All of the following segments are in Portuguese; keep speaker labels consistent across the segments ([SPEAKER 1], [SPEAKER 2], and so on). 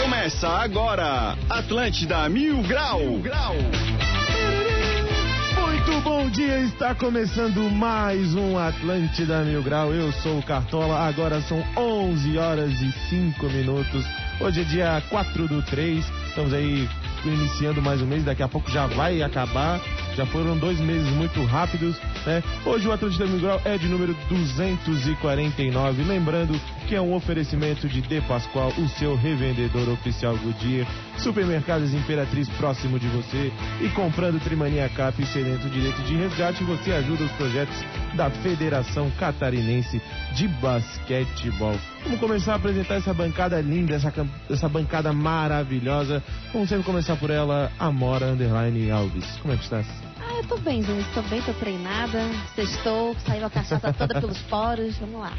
[SPEAKER 1] Começa agora, Atlântida Mil Grau. Mil Grau.
[SPEAKER 2] Muito bom dia, está começando mais um Atlântida Mil Grau. Eu sou o Cartola, agora são 11 horas e 5 minutos. Hoje é dia 4 do 3, estamos aí iniciando mais um mês, daqui a pouco já vai acabar. Já foram dois meses muito rápidos, né? Hoje o Atlântida Mil Grau é de número 249. Lembrando que é um oferecimento de De Pascoal, o seu revendedor oficial Goodyear. Supermercados Imperatriz próximo de você. E comprando Trimania Cap e Sedento Direito de Resgate, você ajuda os projetos da Federação Catarinense de Basquetebol. Vamos começar a apresentar essa bancada linda, essa, cam- essa bancada maravilhosa. Vamos sempre começar por ela, Amora Underline Alves. Como é que estás?
[SPEAKER 3] Ah, eu tô bem, gente. Tô bem, tô treinada. Sextou, saiu a cachaça toda pelos poros. Vamos lá.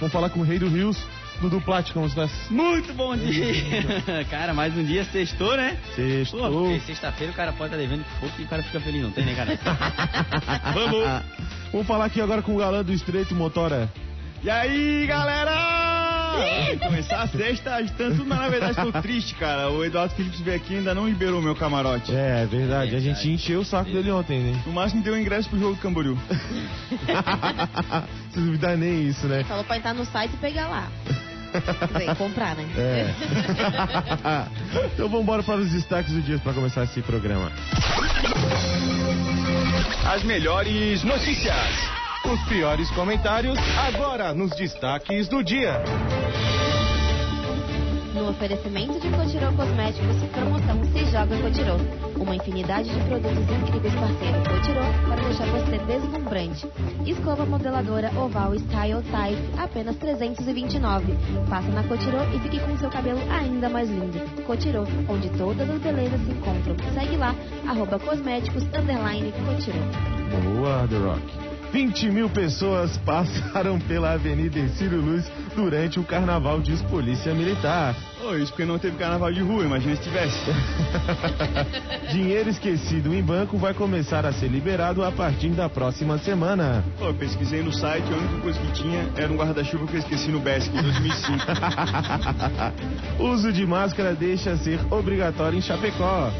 [SPEAKER 2] Vamos falar com o Rei do Rios, Dudu Plat, como estás?
[SPEAKER 4] Muito bom dia! cara, mais um dia sextou, né? Pô,
[SPEAKER 2] Sextou.
[SPEAKER 4] porque sexta-feira o cara pode estar devendo o que for que o cara fica feliz, não tem, né, cara? Vamos!
[SPEAKER 2] Vamos falar aqui agora com o galã do Estreito é? Motora.
[SPEAKER 1] E aí, galera? Começar a sexta, tanto na verdade tô triste, cara. O Eduardo Phillips veio aqui e ainda não liberou meu camarote.
[SPEAKER 2] É, verdade. A
[SPEAKER 4] Verdade.
[SPEAKER 2] gente encheu o saco dele ontem, né?
[SPEAKER 1] No máximo deu ingresso pro jogo do Camboriú.
[SPEAKER 2] Se duvidar nem isso, né?
[SPEAKER 3] Falou pra entrar no site e pegar lá. Quer dizer, comprar, né?
[SPEAKER 2] É. então vamos embora para os destaques do dia para começar esse programa.
[SPEAKER 1] As melhores notícias.
[SPEAKER 2] Os piores comentários agora nos destaques do dia.
[SPEAKER 3] No oferecimento de Cotirô Cosméticos, promoção Se Joga Cotirô. Uma infinidade de produtos incríveis parceiro Cotirô para deixar você deslumbrante. Escova modeladora Oval Style Type, apenas 329. Passa na Cotirô e fique com seu cabelo ainda mais lindo. Cotirô, onde todas as belezas se encontram. Segue lá, arroba cosméticos, underline Cotirô.
[SPEAKER 2] Boa, The Rock. 20 mil pessoas passaram pela Avenida Ciro Luz durante o carnaval, diz Polícia Militar.
[SPEAKER 1] Oh, isso porque não teve carnaval de rua, imagina se tivesse.
[SPEAKER 2] Dinheiro esquecido em banco vai começar a ser liberado a partir da próxima semana.
[SPEAKER 1] Pô, eu pesquisei no site, a única coisa que tinha era um guarda-chuva que eu esqueci no Basque em 2005.
[SPEAKER 2] Uso de máscara deixa ser obrigatório em Chapecó.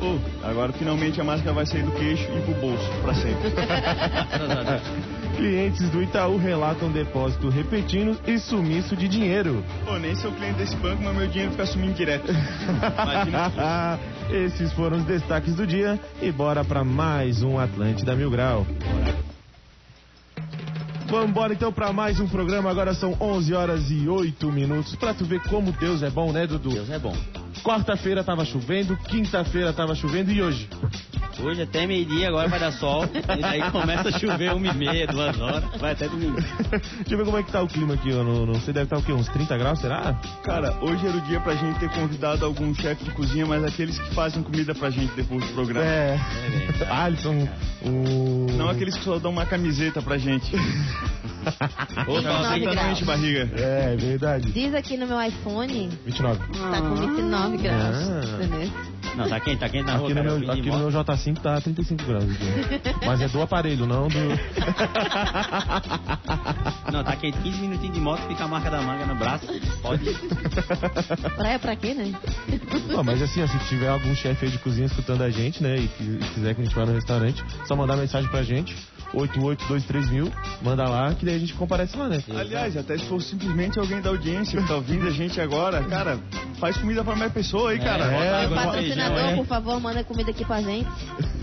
[SPEAKER 1] oh, agora finalmente a máscara vai sair do queixo e pro bolso, pra sempre.
[SPEAKER 2] Clientes do Itaú relatam depósito repetindo e sumiço de dinheiro.
[SPEAKER 1] Pô, nem sou cliente desse banco, mas meu dinheiro fica sumindo direto. Imagina.
[SPEAKER 2] Esses foram os destaques do dia e bora pra mais um Atlântida Mil Grau. Vamos embora então pra mais um programa. Agora são 11 horas e 8 minutos. Pra tu ver como Deus é bom, né, Dudu?
[SPEAKER 4] Deus é bom.
[SPEAKER 2] Quarta-feira tava chovendo, quinta-feira tava chovendo e hoje?
[SPEAKER 4] Hoje é até meio-dia, agora vai dar sol, e daí começa a chover uma e meia, duas horas, vai até domingo.
[SPEAKER 2] Deixa eu ver como é que tá o clima aqui. Eu não, não sei, deve estar o quê? Uns 30 graus, será?
[SPEAKER 1] Cara, hoje era o dia pra gente ter convidado algum chefe de cozinha, mas aqueles que fazem comida pra gente depois do programa.
[SPEAKER 2] É.
[SPEAKER 4] verdade,
[SPEAKER 2] Alisson, o.
[SPEAKER 1] Não aqueles que só dão uma camiseta pra gente.
[SPEAKER 4] Ô,
[SPEAKER 1] Tá
[SPEAKER 4] nossa,
[SPEAKER 3] Nove graus.
[SPEAKER 1] de barriga.
[SPEAKER 2] É, verdade.
[SPEAKER 3] Diz aqui no meu iPhone,
[SPEAKER 2] 29.
[SPEAKER 3] tá com 29 graus.
[SPEAKER 2] Ah.
[SPEAKER 3] entendeu?
[SPEAKER 4] Não, tá quente, tá quente na rua,
[SPEAKER 2] Aqui no,
[SPEAKER 4] cara, eu
[SPEAKER 2] meu,
[SPEAKER 4] vim de
[SPEAKER 2] aqui no
[SPEAKER 4] moto.
[SPEAKER 2] meu J5 tá 35 graus. aqui. Mas é do aparelho, não do.
[SPEAKER 4] Não, tá quente, 15 minutinhos de moto, fica a marca da manga no braço, pode ir.
[SPEAKER 3] Praia pra quê, né?
[SPEAKER 2] Não, mas assim, ó, se tiver algum chefe aí de cozinha escutando a gente, né? E que- e quiser que a gente vá no restaurante, só mandar mensagem pra gente. 8823 mil, manda lá, que daí a gente comparece lá, né?
[SPEAKER 1] Aliás, até se for simplesmente alguém da audiência que tá ouvindo a gente agora, cara, faz comida pra mais pessoa aí, cara.
[SPEAKER 2] É,
[SPEAKER 4] bota
[SPEAKER 3] Meu
[SPEAKER 4] água no
[SPEAKER 3] patrocinador,
[SPEAKER 4] feijão, é.
[SPEAKER 3] por favor, manda comida aqui pra gente.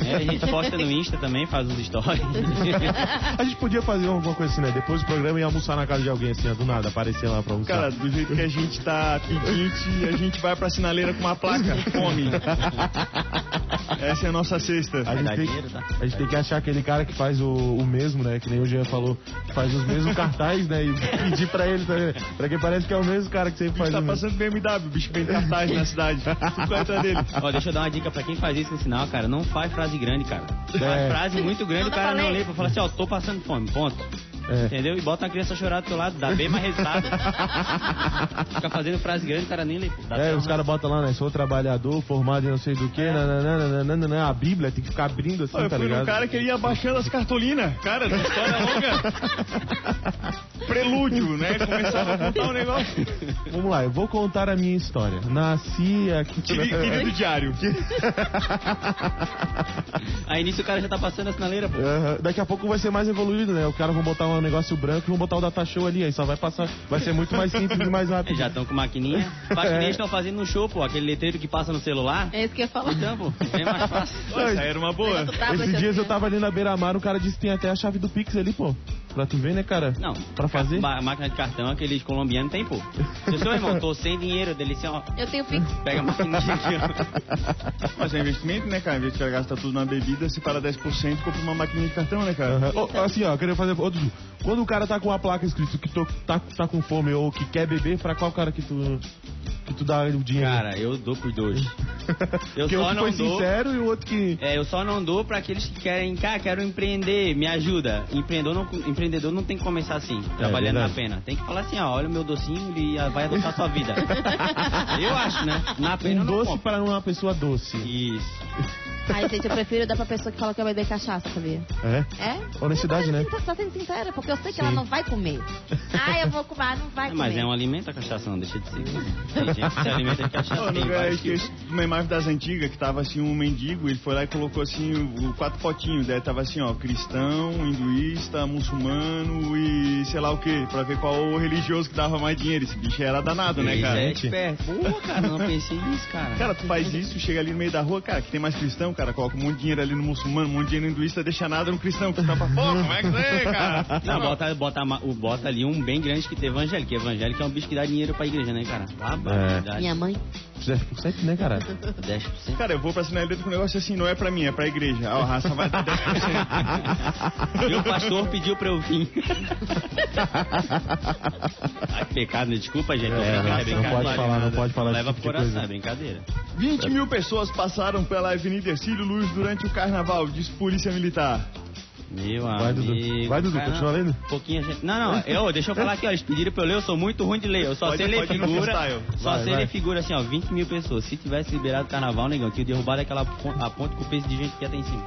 [SPEAKER 4] É, a gente posta no Insta também, faz uns stories.
[SPEAKER 2] A gente podia fazer alguma coisa assim, né? Depois do programa e almoçar na casa de alguém, assim, ó, do nada, aparecer lá pra almoçar.
[SPEAKER 1] Cara, do jeito que a gente tá pedinte, a gente vai pra sinaleira com uma placa. Fome. Essa é a nossa sexta.
[SPEAKER 2] a, gente
[SPEAKER 4] Vai dar
[SPEAKER 2] tem,
[SPEAKER 4] dinheiro, tá?
[SPEAKER 2] a gente tem que achar aquele cara que faz o, o mesmo, né? Que nem o Jean falou, que faz os mesmos cartazes, né? E pedir pra ele também. Pra quem parece que é o mesmo cara que sempre
[SPEAKER 1] A
[SPEAKER 2] faz
[SPEAKER 1] gente
[SPEAKER 2] o
[SPEAKER 1] tá
[SPEAKER 2] mesmo.
[SPEAKER 1] passando BMW, bicho bem cartaz na cidade. Tudo atrás dele.
[SPEAKER 4] Ó, deixa eu dar uma dica pra quem faz isso no sinal, cara. Não faz frase grande, cara. Faz
[SPEAKER 2] É.
[SPEAKER 4] frase muito grande,
[SPEAKER 3] Não,
[SPEAKER 4] o cara
[SPEAKER 3] falei.
[SPEAKER 4] não lê pra falar assim, ó, tô passando fome, ponto.
[SPEAKER 2] É.
[SPEAKER 4] Entendeu? E bota uma criança chorar do teu lado, dá bem mais resultado. Fica fazendo frase grande, o cara nem lê. Dá
[SPEAKER 2] É, os caras botam lá, né? Sou trabalhador, formado em não sei do que, nananana, a Bíblia tem que ficar abrindo assim,
[SPEAKER 1] É. Eu
[SPEAKER 2] tá
[SPEAKER 1] fui
[SPEAKER 2] ligado?
[SPEAKER 1] num cara que ele ia baixando as cartolinas. Cara, da história longa. Prelúdio, né? Começava a contar um negócio.
[SPEAKER 2] Vamos lá, eu vou contar a minha história. Nasci aqui.
[SPEAKER 1] Tire, tire do diário.
[SPEAKER 4] Aí início o cara já tá passando a sinaleira, pô.
[SPEAKER 2] Aham, daqui a pouco vai ser mais evoluído, né? O cara vão botar um negócio branco e vão botar o data show ali, aí só vai passar, vai ser muito mais simples e
[SPEAKER 1] É,
[SPEAKER 2] mais
[SPEAKER 4] Eles
[SPEAKER 2] rápido.
[SPEAKER 4] Já estão com maquininha.
[SPEAKER 2] É.
[SPEAKER 4] Maquininha estão fazendo no show, pô. Aquele letreiro que passa no celular.
[SPEAKER 3] É isso que eu ia falar.
[SPEAKER 4] Então, pô, é mais fácil.
[SPEAKER 1] Pô, Essa era uma boa.
[SPEAKER 2] Esses dias eu tava ali na beira-mar, o cara disse que tem até a chave do Pix ali, pô. Pra tu ver, né, cara?
[SPEAKER 4] Não.
[SPEAKER 2] Pra fazer?
[SPEAKER 4] Ma- máquina de cartão, aqueles colombianos tem, pô. Se o seu irmão, tô sem dinheiro, dele assim, ó.
[SPEAKER 3] Eu tenho Pix.
[SPEAKER 4] Pega a maquininha aqui,
[SPEAKER 1] Mas é investimento, né, cara? Em vez de gastar tudo na bebida, se para 10%, compra uma maquininha de cartão, né, cara?
[SPEAKER 2] Aham. Ô, assim, ó, eu queria fazer outro. Quando o cara tá com a placa escrito que tô- tá, tá com fome ou que quer beber, pra qual cara que tu, que tu dá o
[SPEAKER 4] ó.
[SPEAKER 2] dinheiro?
[SPEAKER 4] Cara, eu dou pros dois. Eu
[SPEAKER 2] Porque um
[SPEAKER 4] só
[SPEAKER 2] que
[SPEAKER 4] não
[SPEAKER 2] foi
[SPEAKER 4] dou.
[SPEAKER 2] sincero e o outro que.
[SPEAKER 4] É, eu só não dou pra aqueles que querem, cara, quero empreender, me ajuda. Empreendedor não, empreendedor não tem que começar assim, trabalhando na
[SPEAKER 2] verdade.
[SPEAKER 4] pena. Tem que falar assim, ó, olha o meu docinho e ah, vai adotar sua vida. eu acho, né? Na pena
[SPEAKER 2] Um
[SPEAKER 4] eu não
[SPEAKER 2] doce
[SPEAKER 4] compro.
[SPEAKER 2] pra uma pessoa doce.
[SPEAKER 4] Isso.
[SPEAKER 3] Ai, gente, eu prefiro dar pra pessoa que fala que vai beber cachaça, sabia?
[SPEAKER 2] É?
[SPEAKER 3] É?
[SPEAKER 2] Honestidade, né?
[SPEAKER 3] Eu tô sendo sincera, porque eu sei que
[SPEAKER 2] Sim.
[SPEAKER 3] ela não vai comer. Ah, eu vou comer, não vai
[SPEAKER 4] É,
[SPEAKER 3] comer.
[SPEAKER 4] mas é um alimento a cachaça, não deixa de ser. Tem gente que se alimenta de
[SPEAKER 1] Pô,
[SPEAKER 4] cachaça,
[SPEAKER 1] eu
[SPEAKER 4] tem
[SPEAKER 1] nunca
[SPEAKER 4] vários
[SPEAKER 1] esqueço
[SPEAKER 4] que...
[SPEAKER 1] de uma imagem das antigas que tava assim um mendigo, ele foi lá e colocou assim o- o quatro potinhos, daí tava assim, ó, cristão, hinduísta, muçulmano e sei lá o que, pra ver qual o religioso que dava mais dinheiro. Esse bicho era danado, né,
[SPEAKER 4] Ele
[SPEAKER 1] cara?
[SPEAKER 4] é esperto. Pô, cara, não pensei nisso, cara.
[SPEAKER 1] Cara, tu faz isso, chega ali no meio da rua, cara, que tem mais cristão, cara, coloca um monte de dinheiro ali no muçulmano, um monte de dinheiro no hinduísta, deixa nada no cristão, que tá pra fora, como é que é, cara?
[SPEAKER 4] Não, bota, bota, a ma- o- bota ali um bem grande que tem evangélico. Evangélico é um bicho que dá dinheiro pra igreja, né, cara? Ah, barbaridade.
[SPEAKER 3] Minha mãe.
[SPEAKER 2] 10%, né, cara?
[SPEAKER 4] 10%.
[SPEAKER 1] Cara, eu vou pra sinaleira com um negócio assim, não é pra mim, é pra igreja. Ah, a raça vai dar 10%.
[SPEAKER 4] E o pastor pediu pra eu vir. Ai, pecado, né? desculpa, gente.
[SPEAKER 2] É, não, não
[SPEAKER 4] brincadeira,
[SPEAKER 2] pode
[SPEAKER 4] vale
[SPEAKER 2] falar,
[SPEAKER 4] nada.
[SPEAKER 2] não pode falar esse
[SPEAKER 4] Leva
[SPEAKER 2] tipo
[SPEAKER 4] pro
[SPEAKER 2] de
[SPEAKER 4] coração,
[SPEAKER 2] coisa.
[SPEAKER 4] é brincadeira.
[SPEAKER 1] 20 mil pessoas passaram pela Avenida Ercílio Luz durante o carnaval, diz Polícia Militar.
[SPEAKER 4] Meu
[SPEAKER 2] Vai,
[SPEAKER 4] amigo.
[SPEAKER 2] Dudu. Vai, Dudu,
[SPEAKER 4] cara,
[SPEAKER 2] continua lendo.
[SPEAKER 4] Pouquinha gente. Não, não, eu, deixa eu falar aqui, ó. Eles pediram pra eu ler, eu sou muito ruim de ler. Eu só
[SPEAKER 1] Pode-
[SPEAKER 4] sei ler
[SPEAKER 1] pode ir no
[SPEAKER 4] figura.
[SPEAKER 1] freestyle.
[SPEAKER 4] Só
[SPEAKER 2] Vai,
[SPEAKER 4] sei
[SPEAKER 2] vai.
[SPEAKER 4] ler figura assim, ó, 20 mil pessoas. Se tivesse liberado o carnaval, negão, tinha derrubado aquela pon- a ponte com o peso de gente que ia ter em cima.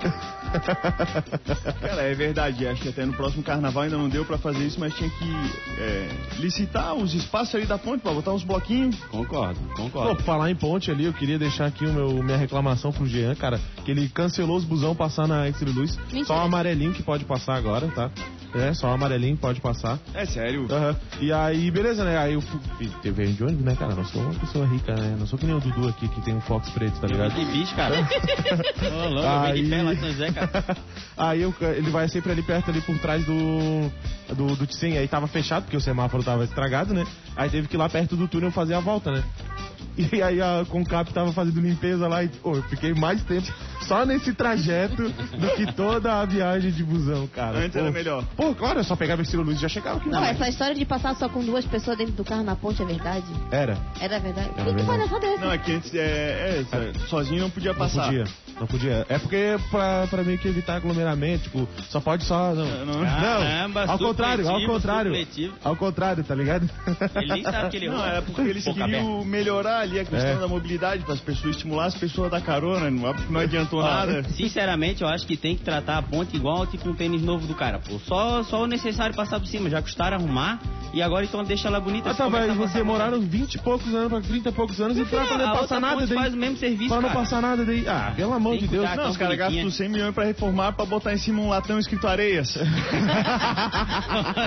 [SPEAKER 1] Cara, é verdade, acho que até no próximo carnaval ainda não deu pra fazer isso, mas tinha que é, licitar os espaços ali da ponte pra botar uns bloquinhos.
[SPEAKER 4] Concordo,
[SPEAKER 2] Pô,
[SPEAKER 4] concordo.
[SPEAKER 2] pra falar em ponte ali, eu queria deixar aqui o meu, minha reclamação pro Jean, cara, que ele cancelou os busão passar na Extra Luz.
[SPEAKER 3] Mentira.
[SPEAKER 2] Só o amarelinho que pode passar agora, tá? É, só o amarelinho que pode passar.
[SPEAKER 1] É sério.
[SPEAKER 2] Aham. E aí, beleza, né? Aí eu fui. Teve de ônibus, né, cara? Não sou uma pessoa rica, né? Não sou que nem o Dudu aqui que tem um Fox preto, tá
[SPEAKER 4] Eu
[SPEAKER 2] ligado?
[SPEAKER 4] vim de bicho, cara. Ô, louco, eu vim de pé lá em São José, cara.
[SPEAKER 2] aí eu- ele vai sempre ali perto, ali por trás do. Do, do Tsin. Aí tava fechado, porque o semáforo tava estragado, né? Aí teve que ir lá perto do túnel fazer a volta, né? E aí a Concap tava fazendo limpeza lá e pô, eu fiquei mais tempo só nesse trajeto do que toda a viagem de busão, cara.
[SPEAKER 1] Antes
[SPEAKER 2] Pô.
[SPEAKER 1] era melhor.
[SPEAKER 2] Pô, claro, eu só pegava esse luz e já chegava aqui.
[SPEAKER 3] Não, é
[SPEAKER 2] né?
[SPEAKER 3] essa história de passar só com duas pessoas dentro do carro na ponte é verdade?
[SPEAKER 2] Era.
[SPEAKER 3] Era verdade?
[SPEAKER 2] Era
[SPEAKER 3] Por que tu vai
[SPEAKER 2] verdade.
[SPEAKER 3] nessa dessa?
[SPEAKER 1] Não, é que antes é, é, é, sozinho não podia
[SPEAKER 2] Não
[SPEAKER 1] passar.
[SPEAKER 2] podia, não podia. É porque pra, pra meio que evitar aglomeramento, tipo, só pode só. Não,
[SPEAKER 1] Não,
[SPEAKER 2] não.
[SPEAKER 1] não.
[SPEAKER 4] Caramba,
[SPEAKER 2] ao contrário, ao
[SPEAKER 4] supletivo,
[SPEAKER 2] contrário.
[SPEAKER 4] supletivo.
[SPEAKER 2] Ao contrário, tá ligado?
[SPEAKER 4] Ele nem sabe que ele
[SPEAKER 1] Não,
[SPEAKER 4] errou.
[SPEAKER 1] era porque eles
[SPEAKER 4] Boca
[SPEAKER 1] queriam
[SPEAKER 4] aberta.
[SPEAKER 1] melhorar ali a questão
[SPEAKER 2] É.
[SPEAKER 1] da mobilidade, para as pessoas estimular as pessoas da carona, não, não adiantou
[SPEAKER 4] Ó,
[SPEAKER 1] nada.
[SPEAKER 4] Sinceramente, eu acho que tem que tratar a ponte igual tipo um tênis novo do cara, pô. Só, só o necessário passar por cima, já custaram arrumar e agora então deixa ela bonita.
[SPEAKER 2] Ah, tá,
[SPEAKER 4] Começa a
[SPEAKER 2] mas
[SPEAKER 4] passar
[SPEAKER 2] demoraram 20 e poucos anos pra 30 e poucos anos e pra
[SPEAKER 4] Filho,
[SPEAKER 2] pra não
[SPEAKER 4] a
[SPEAKER 2] passar
[SPEAKER 4] outra
[SPEAKER 2] nada
[SPEAKER 4] ponte
[SPEAKER 2] daí.
[SPEAKER 4] faz o mesmo serviço,
[SPEAKER 2] Pra não
[SPEAKER 4] cara.
[SPEAKER 2] passar nada daí. Ah, pelo amor
[SPEAKER 4] Tem
[SPEAKER 2] de
[SPEAKER 4] que
[SPEAKER 2] Deus.
[SPEAKER 4] cuidar.
[SPEAKER 1] Não, os caras
[SPEAKER 4] bonitinha.
[SPEAKER 1] gastam 100 milhões pra reformar, pra botar em cima um latão escrito areias.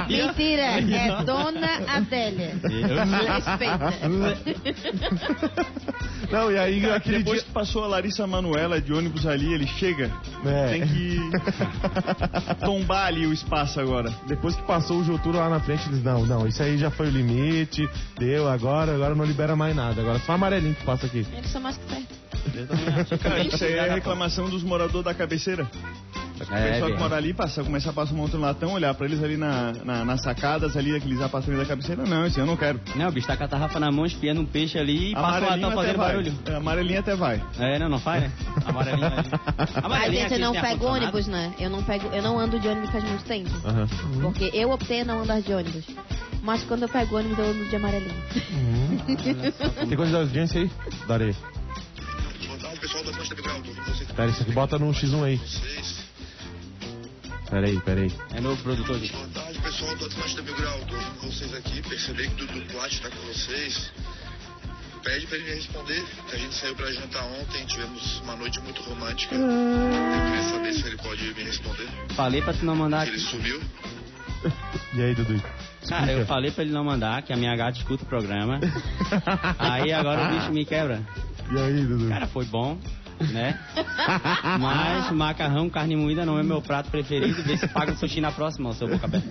[SPEAKER 3] Mentira, é Dona Adélia. Respeita.
[SPEAKER 2] Não, e aí
[SPEAKER 1] Cara,
[SPEAKER 2] aquele
[SPEAKER 1] depois
[SPEAKER 2] dia.
[SPEAKER 1] que passou a Larissa Manuela de ônibus ali, ele chega,
[SPEAKER 2] É.
[SPEAKER 1] tem que tombar ali o espaço agora.
[SPEAKER 2] Depois que passou o Joturo lá na frente, eles, não, não, isso aí já foi o limite, deu, agora, agora não libera mais nada, agora só amarelinho que passa aqui.
[SPEAKER 3] Eles são mais que perto.
[SPEAKER 4] Eu também acho.
[SPEAKER 1] é Cara, isso aí é reclamação dos moradores da cabeceira. o pessoal
[SPEAKER 4] bem.
[SPEAKER 1] que mora ali passa, começar a passar um monte no latão, olhar pra eles ali na, na- nas sacadas, ali, aqueles apartamentos da cabeceira. Não, isso eu não quero.
[SPEAKER 4] Não, o bicho tá com a tarrafa na mão, espiando um peixe ali e passa lá, tá fazendo
[SPEAKER 1] vai.
[SPEAKER 4] barulho.
[SPEAKER 1] É, Amarelinho até vai.
[SPEAKER 4] É, não, não faz, né? Amarelinho ali.
[SPEAKER 3] Mas gente,
[SPEAKER 4] Amarelinho
[SPEAKER 3] eu
[SPEAKER 4] Ah, aqui é
[SPEAKER 3] não
[SPEAKER 4] tem
[SPEAKER 3] pego
[SPEAKER 4] ar-condicionado.
[SPEAKER 3] ônibus, né? Eu não pego, eu não ando de ônibus faz muito tempo.
[SPEAKER 2] Aham.
[SPEAKER 1] Uhum.
[SPEAKER 3] Porque eu optei a não andar de ônibus. Mas quando eu pego ônibus, eu ando de amarelinho.
[SPEAKER 4] Uhum. É,
[SPEAKER 2] Tem coisa da audiência aí? Darei.
[SPEAKER 5] Boa tarde, pessoal da Costa do Grau, tudo bom? Vocês-
[SPEAKER 2] Pera, isso aqui bota no X1 aí.
[SPEAKER 5] vocês?
[SPEAKER 2] Pera aí, pera aí.
[SPEAKER 4] É novo produtor aqui.
[SPEAKER 5] Boa tarde, pessoal da Atlântida Mil Grau. Tô com vocês aqui. Percebi que o Dudu Plat tá com vocês. Pede pra ele tá me responder. que A gente saiu pra jantar ontem. Tivemos uma noite muito romântica. Eu queria saber se ele pode me responder.
[SPEAKER 4] Falei pra tu não mandar
[SPEAKER 5] Ele
[SPEAKER 4] aqui.
[SPEAKER 5] sumiu.
[SPEAKER 2] E aí, Dudu?
[SPEAKER 4] Cara, eu falei pra ele não mandar, que a minha gata escuta o programa. Aí agora o bicho me quebra.
[SPEAKER 2] E aí, Dudu?
[SPEAKER 4] Cara, foi bom, né? Mas macarrão, carne moída não é meu prato preferido. Vê se paga o sushi na próxima, ó, seu boca aberta.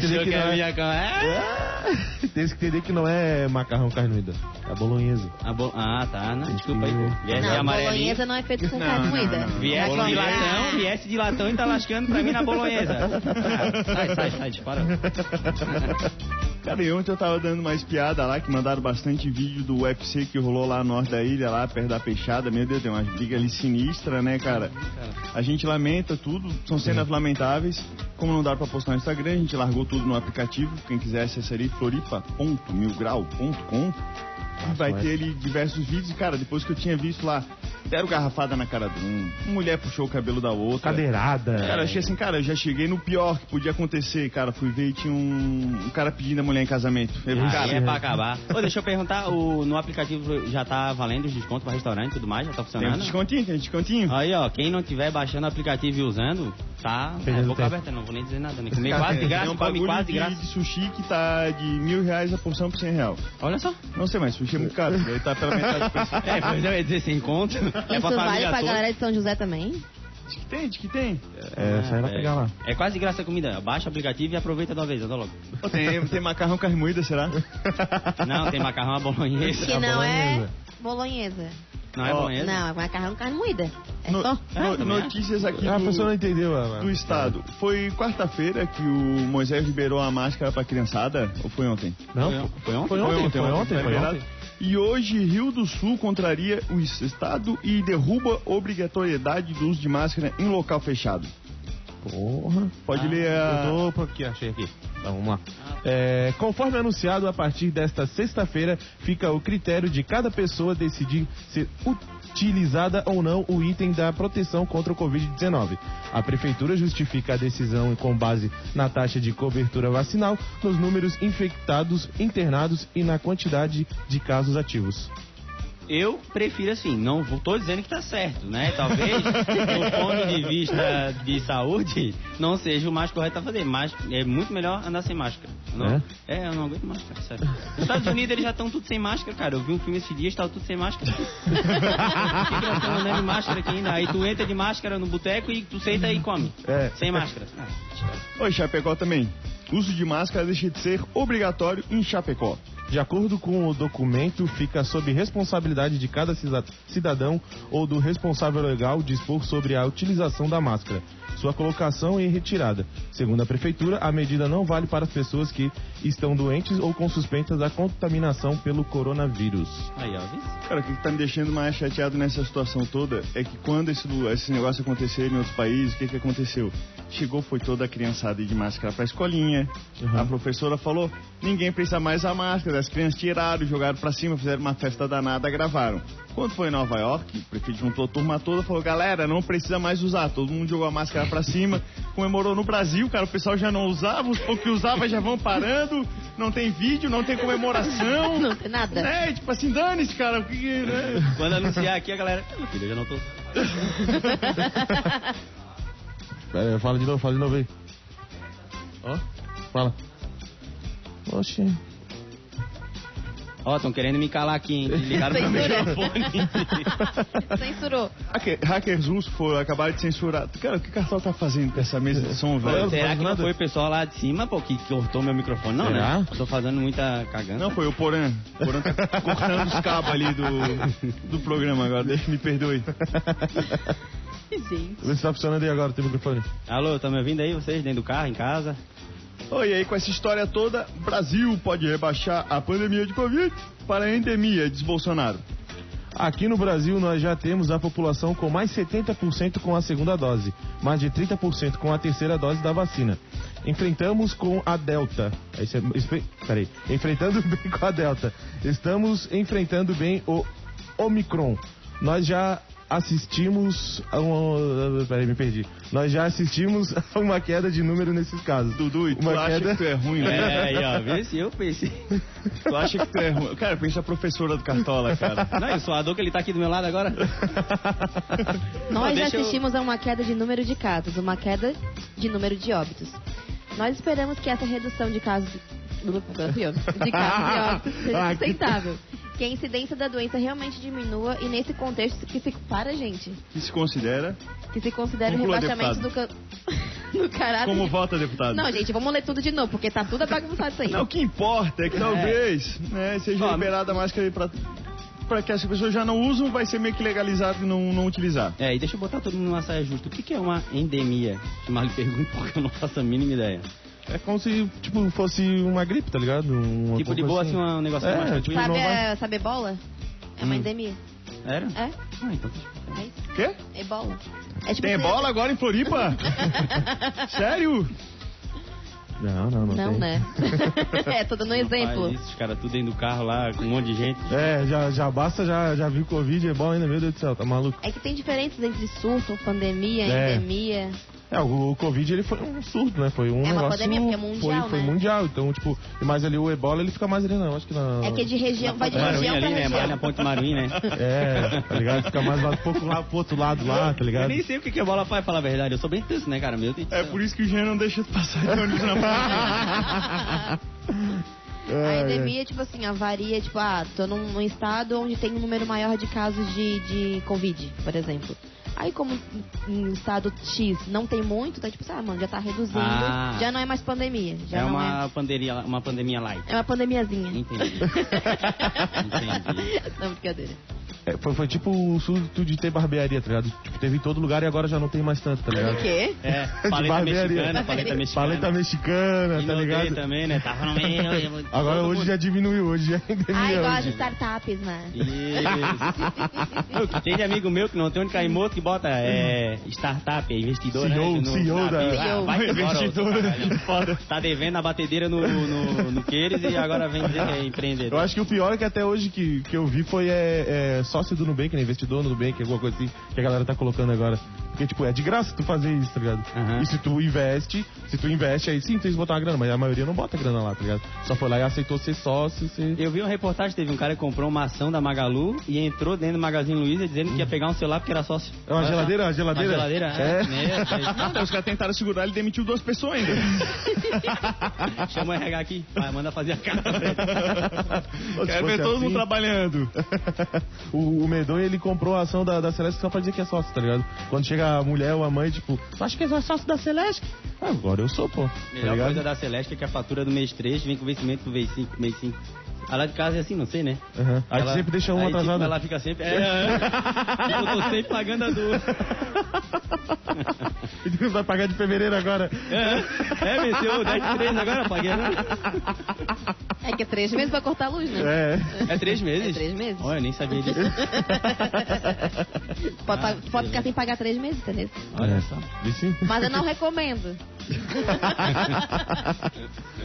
[SPEAKER 2] dizer
[SPEAKER 4] Achou
[SPEAKER 2] que
[SPEAKER 4] que
[SPEAKER 2] não
[SPEAKER 4] a
[SPEAKER 2] é.
[SPEAKER 4] minha cama é...
[SPEAKER 2] Tem que entender que não é macarrão carnuda, é bolonhesa.
[SPEAKER 4] Ah, bo- ah, tá, não, desculpa aí. pô. Viesse de
[SPEAKER 3] não,
[SPEAKER 4] amarelinho,
[SPEAKER 3] bolonhesa não é feito com
[SPEAKER 1] Não,
[SPEAKER 3] carne
[SPEAKER 1] não,
[SPEAKER 3] moída.
[SPEAKER 1] não. É
[SPEAKER 4] viesse de
[SPEAKER 3] Bolonhesa.
[SPEAKER 4] latão, viesse de latão e tá lascando pra mim na bolonhesa. Cara, sai, sai, sai, dispara.
[SPEAKER 1] Cara, e ontem eu tava dando uma espiada lá, que mandaram bastante vídeo do UFC que rolou lá no norte da ilha, lá perto da Peixada. Meu Deus, tem umas brigas ali sinistra, né, cara? A gente lamenta tudo, são cenas lamentáveis. Como não dá pra postar no Instagram, a gente largou tudo no aplicativo. Quem quiser acessar aí, floripa.milgrau.com.
[SPEAKER 4] Tá
[SPEAKER 1] E vai ter ali diversos vídeos. E, Cara, depois que eu tinha visto lá, deram garrafada na cara de um, mulher puxou o cabelo da outra.
[SPEAKER 2] Cadeirada.
[SPEAKER 1] Cara, eu achei assim, cara, eu já cheguei no pior que podia acontecer, cara. Fui ver e tinha um, um cara pedindo a mulher em casamento. Eu,
[SPEAKER 4] Aí
[SPEAKER 1] cara,
[SPEAKER 4] é pra acabar. Ô, deixa eu perguntar, o, no aplicativo já tá valendo os descontos pra restaurante e tudo mais? Já
[SPEAKER 1] tem
[SPEAKER 4] tá
[SPEAKER 1] um
[SPEAKER 4] funcionando?
[SPEAKER 1] descontinho, tem um descontinho.
[SPEAKER 4] Aí, ó, quem não tiver baixando o aplicativo e usando, tá é,
[SPEAKER 2] Perdendo
[SPEAKER 4] boca
[SPEAKER 2] tempo.
[SPEAKER 4] aberta, não vou nem dizer nada, né? Comer quase de
[SPEAKER 1] tem
[SPEAKER 4] graça,
[SPEAKER 1] um
[SPEAKER 4] come
[SPEAKER 1] bagulho
[SPEAKER 4] quase
[SPEAKER 1] de,
[SPEAKER 4] de graça.
[SPEAKER 1] de sushi que tá de mil reais a porção por cem real.
[SPEAKER 4] Olha só.
[SPEAKER 1] Não sei mais, sushi é muito caro. Ele tá pela metade do preço.
[SPEAKER 4] É, pois eu ia dizer sem conto. é
[SPEAKER 3] Isso
[SPEAKER 4] pra
[SPEAKER 3] vale
[SPEAKER 4] família
[SPEAKER 3] pra
[SPEAKER 4] toda.
[SPEAKER 3] galera de São José também?
[SPEAKER 1] Diz que tem, diz que tem.
[SPEAKER 2] É, sai lá
[SPEAKER 4] É,
[SPEAKER 2] pegar lá.
[SPEAKER 4] É quase de graça a comida. Baixa o aplicativo e aproveita de uma vez, anda logo.
[SPEAKER 1] Pô, tem, tem macarrão carne moída, será?
[SPEAKER 4] Não, tem macarrão à bolonhesa.
[SPEAKER 3] Que não é bolonhesa.
[SPEAKER 4] Não é
[SPEAKER 1] Ó,
[SPEAKER 4] bolonhesa?
[SPEAKER 3] Não, é macarrão carne moída. É
[SPEAKER 1] No-
[SPEAKER 3] só.
[SPEAKER 1] no- notícias aqui
[SPEAKER 2] Ah, a pessoa não
[SPEAKER 1] do,
[SPEAKER 2] entendeu, ela.
[SPEAKER 1] do estado. Foi quarta-feira que o Moisés liberou a máscara pra criançada? Ou foi ontem?
[SPEAKER 2] Não?
[SPEAKER 4] Foi ontem?
[SPEAKER 2] Foi ontem, foi ontem,
[SPEAKER 1] Tá
[SPEAKER 2] foi
[SPEAKER 1] liberado.
[SPEAKER 2] ontem.
[SPEAKER 1] E hoje, Rio do Sul contraria o Estado e derruba obrigatoriedade do uso de máscara em local fechado.
[SPEAKER 2] Porra. Ah,
[SPEAKER 1] Pode ler a...
[SPEAKER 2] Eu tô aqui, achei aqui. Então, vamos lá. É, conforme anunciado, a partir desta sexta-feira fica o critério de cada pessoa decidir se utilizada ou não o item da proteção contra o Covid-19. A Prefeitura justifica a decisão com base na taxa de cobertura vacinal, nos números infectados, internados e na quantidade de casos ativos.
[SPEAKER 4] Eu prefiro assim, não vou, tô dizendo que tá certo, né? Talvez, do ponto de vista de saúde, não seja o mais correto a fazer, mas é muito melhor andar sem máscara. Não- é? eu não aguento máscara, sério. Nos Estados Unidos eles já estão tudo sem máscara, cara. Eu vi um filme esses dias, tava tudo sem máscara. Por que que nós estamos andando né, de máscara aqui ainda? Aí tu entra de máscara no boteco e tu senta e come.
[SPEAKER 2] É.
[SPEAKER 4] Sem máscara. Ah,
[SPEAKER 1] Oi, Chapecó também. Uso de máscara deixa de ser obrigatório em Chapecó.
[SPEAKER 2] De acordo com o documento, fica sob responsabilidade de cada cisa- cidadão ou do responsável legal dispor sobre a utilização da máscara, sua colocação e retirada. Segundo a prefeitura, a medida não vale para as pessoas que estão doentes ou com suspeitas da contaminação pelo coronavírus.
[SPEAKER 4] Aí, ó, viu?
[SPEAKER 1] Cara, o que tá me deixando mais chateado nessa situação toda é que quando esse, lu- esse negócio acontecer em outros países, o que que aconteceu? Chegou, foi toda a criançada de máscara pra escolinha. A professora falou, ninguém precisa mais a máscara. As crianças tiraram, jogaram pra cima, fizeram uma festa danada, gravaram. Quando foi em Nova York, o prefeito juntou a turma toda falou, galera, não precisa mais usar. Todo mundo jogou a máscara pra cima, comemorou no Brasil, cara, o pessoal já não usava, os poucos que usava já vão parando, não tem vídeo, não tem comemoração.
[SPEAKER 3] Não tem nada.
[SPEAKER 1] É, tipo assim, dane-se, cara. o que que, né?
[SPEAKER 4] Quando anunciar aqui, a galera. "Ah, Meu filho, eu já não tô.
[SPEAKER 2] É, fala de novo, fala de novo aí. Ó, fala. Oxi.
[SPEAKER 4] Ó, estão querendo me calar aqui, hein? Ligaram meu
[SPEAKER 3] Censura.
[SPEAKER 4] microfone.
[SPEAKER 3] Censurou.
[SPEAKER 1] Hacker, hackers russos foram, acabaram de censurar. Cara, o que o Cartol tá fazendo com essa mesa de som,
[SPEAKER 4] Pô,
[SPEAKER 1] velho?
[SPEAKER 4] será que não
[SPEAKER 2] nada?
[SPEAKER 4] foi o pessoal lá de cima, pô, que cortou meu microfone? Não,
[SPEAKER 2] Será?
[SPEAKER 4] né? Eu tô fazendo muita cagando.
[SPEAKER 1] Não, foi o Porã. O Porã tá cortando os cabos ali do, do programa agora, deixa me perdoe.
[SPEAKER 6] Gente.
[SPEAKER 2] Vê se tá funcionando aí agora o teu microfone.
[SPEAKER 4] Alô, tá me ouvindo aí vocês dentro do carro, em casa?
[SPEAKER 1] Oi, e aí com essa história toda, Brasil pode rebaixar a pandemia de Covid para a endemia, diz Bolsonaro.
[SPEAKER 2] Aqui no Brasil, nós já temos a população com mais 70% com a segunda dose, mais de 30% com a terceira dose da vacina. Enfrentamos com a Delta. Esse é, espe- peraí. Enfrentando bem com a Delta. Estamos enfrentando bem o Omicron. Nós já assistimos a um. Peraí, me perdi. Nós já assistimos a uma queda de número nesses casos.
[SPEAKER 1] Dudu, e tu
[SPEAKER 2] Uma
[SPEAKER 1] acha
[SPEAKER 2] queda-
[SPEAKER 1] que tu é ruim, né?
[SPEAKER 4] É, aí, ó, vê se eu pensei.
[SPEAKER 1] Tu acha que tu é ruim. Cara, pensa a professora do Cartola, cara.
[SPEAKER 4] Não, e o suador que ele tá aqui do meu lado agora?
[SPEAKER 3] Nós já
[SPEAKER 4] deixa eu-
[SPEAKER 3] assistimos a uma queda de número de casos, uma queda de número de óbitos. Nós esperamos que essa redução de casos de casos de óbitos seja
[SPEAKER 2] Ah, que-
[SPEAKER 3] sustentável, que a incidência da doença realmente diminua e nesse contexto que se para gente,
[SPEAKER 1] Que se considera.
[SPEAKER 3] que se considere o
[SPEAKER 1] Conclua,
[SPEAKER 3] rebaixamento do, ca... do caráter.
[SPEAKER 1] Como
[SPEAKER 3] de-
[SPEAKER 1] vota, deputado?
[SPEAKER 3] Não, gente, vamos ler tudo de novo, porque tá tudo bagunçado isso aí.
[SPEAKER 1] Não, o que importa é que talvez né, seja
[SPEAKER 4] Ó,
[SPEAKER 1] liberada a máscara para para que as pessoas já não usam, vai ser meio que legalizado não, não utilizar.
[SPEAKER 4] É, e deixa eu botar todo mundo numa saia justa. O que, que é uma endemia? Que mal lhe pergunto porque eu não faço a mínima ideia.
[SPEAKER 2] É como se, tipo, fosse uma gripe, tá ligado? Uma
[SPEAKER 4] tipo, de
[SPEAKER 2] coisa
[SPEAKER 4] boa assim, um negócio
[SPEAKER 2] É,
[SPEAKER 4] mais tranquilo.
[SPEAKER 2] não
[SPEAKER 3] Sabe,
[SPEAKER 2] vai-
[SPEAKER 3] a- sabe ebola? É uma
[SPEAKER 4] Hum.
[SPEAKER 3] endemia.
[SPEAKER 4] Era?
[SPEAKER 3] É?
[SPEAKER 4] Ah, então.
[SPEAKER 3] É isso?
[SPEAKER 1] Quê?
[SPEAKER 3] Ebola. É tipo
[SPEAKER 1] Tem
[SPEAKER 3] você-
[SPEAKER 1] bola agora em Floripa? Sério?
[SPEAKER 2] Não, não, não.
[SPEAKER 3] Não,
[SPEAKER 2] tem.
[SPEAKER 3] né? é, tô dando um
[SPEAKER 4] Não faz
[SPEAKER 3] exemplo.
[SPEAKER 4] Isso, os caras tudo dentro do carro lá, com um monte de gente.
[SPEAKER 2] É, já, já basta, já, já viu Covid, é bom ainda, meu Deus do céu, tá maluco.
[SPEAKER 3] É que tem diferenças entre surto, pandemia,
[SPEAKER 2] É.
[SPEAKER 3] endemia.
[SPEAKER 2] É, o, o Covid ele foi um surto, né? Foi um
[SPEAKER 3] É uma
[SPEAKER 2] negócio,
[SPEAKER 3] pandemia, porque é mundial,
[SPEAKER 2] foi, foi
[SPEAKER 3] né?
[SPEAKER 2] mundial, então, tipo, mas ali o ebola ele fica mais ali, não, acho que na.
[SPEAKER 3] É que é de região, vai de
[SPEAKER 4] Maruim
[SPEAKER 3] região pra
[SPEAKER 4] ali, né?
[SPEAKER 3] região.
[SPEAKER 4] Mais na Ponte Maruim, né?
[SPEAKER 2] É, tá ligado? Fica mais lá, um pouco lá pro outro lado lá, tá
[SPEAKER 4] Eu
[SPEAKER 2] ligado?
[SPEAKER 4] nem sei o que, que a bola faz, falar a verdade. Eu sou bem tenso, né, cara? Meu Deus do
[SPEAKER 1] É
[SPEAKER 4] céu.
[SPEAKER 1] por isso que o Jean não deixa de passar de ônibus na praia.
[SPEAKER 3] A
[SPEAKER 2] É,
[SPEAKER 3] endemia, tipo assim, a varia, tipo, ah, tô num, num estado onde tem um número maior de casos de, de Covid, por exemplo. Aí como em estado X não tem muito, tá tipo assim, ah, mano, já tá reduzindo,
[SPEAKER 4] Ah.
[SPEAKER 3] já não é mais pandemia, já
[SPEAKER 4] É
[SPEAKER 3] não
[SPEAKER 4] uma, pandemia, uma pandemia light.
[SPEAKER 3] é. É uma pandemiazinha.
[SPEAKER 4] Entendi. Entendi.
[SPEAKER 3] não, brincadeira.
[SPEAKER 2] é, foi, foi tipo o surto de ter barbearia, tá ligado? Tipo, teve em todo lugar e agora já não tem mais tanto, tá ligado?
[SPEAKER 3] O quê?
[SPEAKER 4] É,
[SPEAKER 2] De
[SPEAKER 4] paleta
[SPEAKER 2] barbearia.
[SPEAKER 4] mexicana, paleta mexicana.
[SPEAKER 2] Paleta mexicana, tá
[SPEAKER 4] Inodei
[SPEAKER 2] ligado?
[SPEAKER 4] também, né? Tava no meio. eu-
[SPEAKER 2] Agora
[SPEAKER 4] todo
[SPEAKER 2] hoje
[SPEAKER 4] mundo-
[SPEAKER 2] já é diminuiu, hoje já
[SPEAKER 3] Ah,
[SPEAKER 2] endemia.
[SPEAKER 3] igual as
[SPEAKER 2] hoje.
[SPEAKER 3] startups, né?
[SPEAKER 4] Isso. Não, que tem de amigo meu que não tem onde cair morto que bota é, startup, é investidor,
[SPEAKER 2] CEO,
[SPEAKER 4] né?
[SPEAKER 2] CEO
[SPEAKER 4] na-
[SPEAKER 2] da-
[SPEAKER 4] Ah, vai
[SPEAKER 1] Investidor.
[SPEAKER 4] investidor. Foda. Tá devendo a batedeira no, no, no Queires e agora vem dizer que é
[SPEAKER 2] Eu
[SPEAKER 4] empreendedor.
[SPEAKER 2] acho que o pior é que até hoje que, que eu vi foi é, é, sócio do Nubank, né? Investidor no Nubank, alguma coisa assim, que a galera tá colocando agora. Porque, tipo, é de graça tu fazer isso, tá ligado?
[SPEAKER 4] Aham.
[SPEAKER 2] E se tu investe, se tu investe, aí sim, tu tem que botar uma grana, mas a maioria não bota grana lá, tá ligado? Só foi lá e aceitou ser sócio, ser...
[SPEAKER 4] Eu vi uma reportagem, teve um cara que comprou uma ação da Magalu e entrou dentro do Magazine Luiza dizendo que ia pegar um celular porque era sócio.
[SPEAKER 2] É uma geladeira, uma geladeira?
[SPEAKER 4] Uma geladeira, é.
[SPEAKER 2] É.
[SPEAKER 4] Né?
[SPEAKER 1] Os caras tentaram segurar, ele demitiu duas pessoas ainda.
[SPEAKER 4] Chama o RH aqui, vai, manda fazer a cara.
[SPEAKER 2] Ou se
[SPEAKER 1] Quero
[SPEAKER 2] fosse
[SPEAKER 1] ver todo
[SPEAKER 2] assim,
[SPEAKER 1] mundo trabalhando.
[SPEAKER 2] O, o Medonho, ele comprou a ação da, da Celeste só pra dizer que é sócio, tá ligado? Quando chega a mulher ou a mãe, tipo, tu acha que é sócio da Celeste? Ah, agora eu sou, pô. Tá
[SPEAKER 4] Melhor coisa
[SPEAKER 2] ligado?
[SPEAKER 4] da Celeste é que a fatura do mês 3 vem com vencimento do mês 5, mês 5. A lá de casa é assim, não sei, né?
[SPEAKER 2] Aham. Aí tu
[SPEAKER 4] Ela-
[SPEAKER 2] sempre deixa um uma
[SPEAKER 4] aí, tipo,
[SPEAKER 2] atrasada.
[SPEAKER 4] ela fica sempre. É, é, é. eu tô sempre pagando a duas.
[SPEAKER 2] E tu vai pagar de fevereiro agora.
[SPEAKER 4] É, é, venceu 10 de 3 agora, paguei. Né?
[SPEAKER 3] É que é três meses pra cortar a luz, né?
[SPEAKER 2] É.
[SPEAKER 4] É 3 meses?
[SPEAKER 3] É três meses.
[SPEAKER 4] Olha, eu nem sabia disso.
[SPEAKER 3] Pode, pa-
[SPEAKER 4] Ah,
[SPEAKER 3] tu pode ficar sem pagar três meses, entendeu?
[SPEAKER 4] Olha só.
[SPEAKER 2] Vi É. sim.
[SPEAKER 3] Mas eu não recomendo.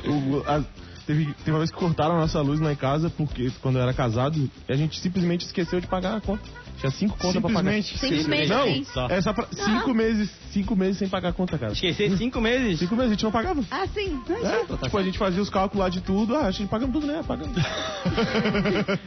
[SPEAKER 2] O- a- teve, teve uma vez que cortaram a nossa luz lá em casa, porque quando eu era casado, e a gente simplesmente esqueceu de pagar a conta. Tinha cinco contas pra pagar.
[SPEAKER 1] Simplesmente.
[SPEAKER 3] Simplesmente.
[SPEAKER 2] Não,
[SPEAKER 3] sim.
[SPEAKER 4] Só.
[SPEAKER 2] é só pra cinco meses, cinco meses sem pagar a conta, cara.
[SPEAKER 4] Esquecer 5 meses?
[SPEAKER 2] Cinco meses, a gente não pagava.
[SPEAKER 3] Ah, sim.
[SPEAKER 2] É, tipo, a gente fazia os cálculos lá de tudo, ah, a gente pagamos tudo, né? Pagamos.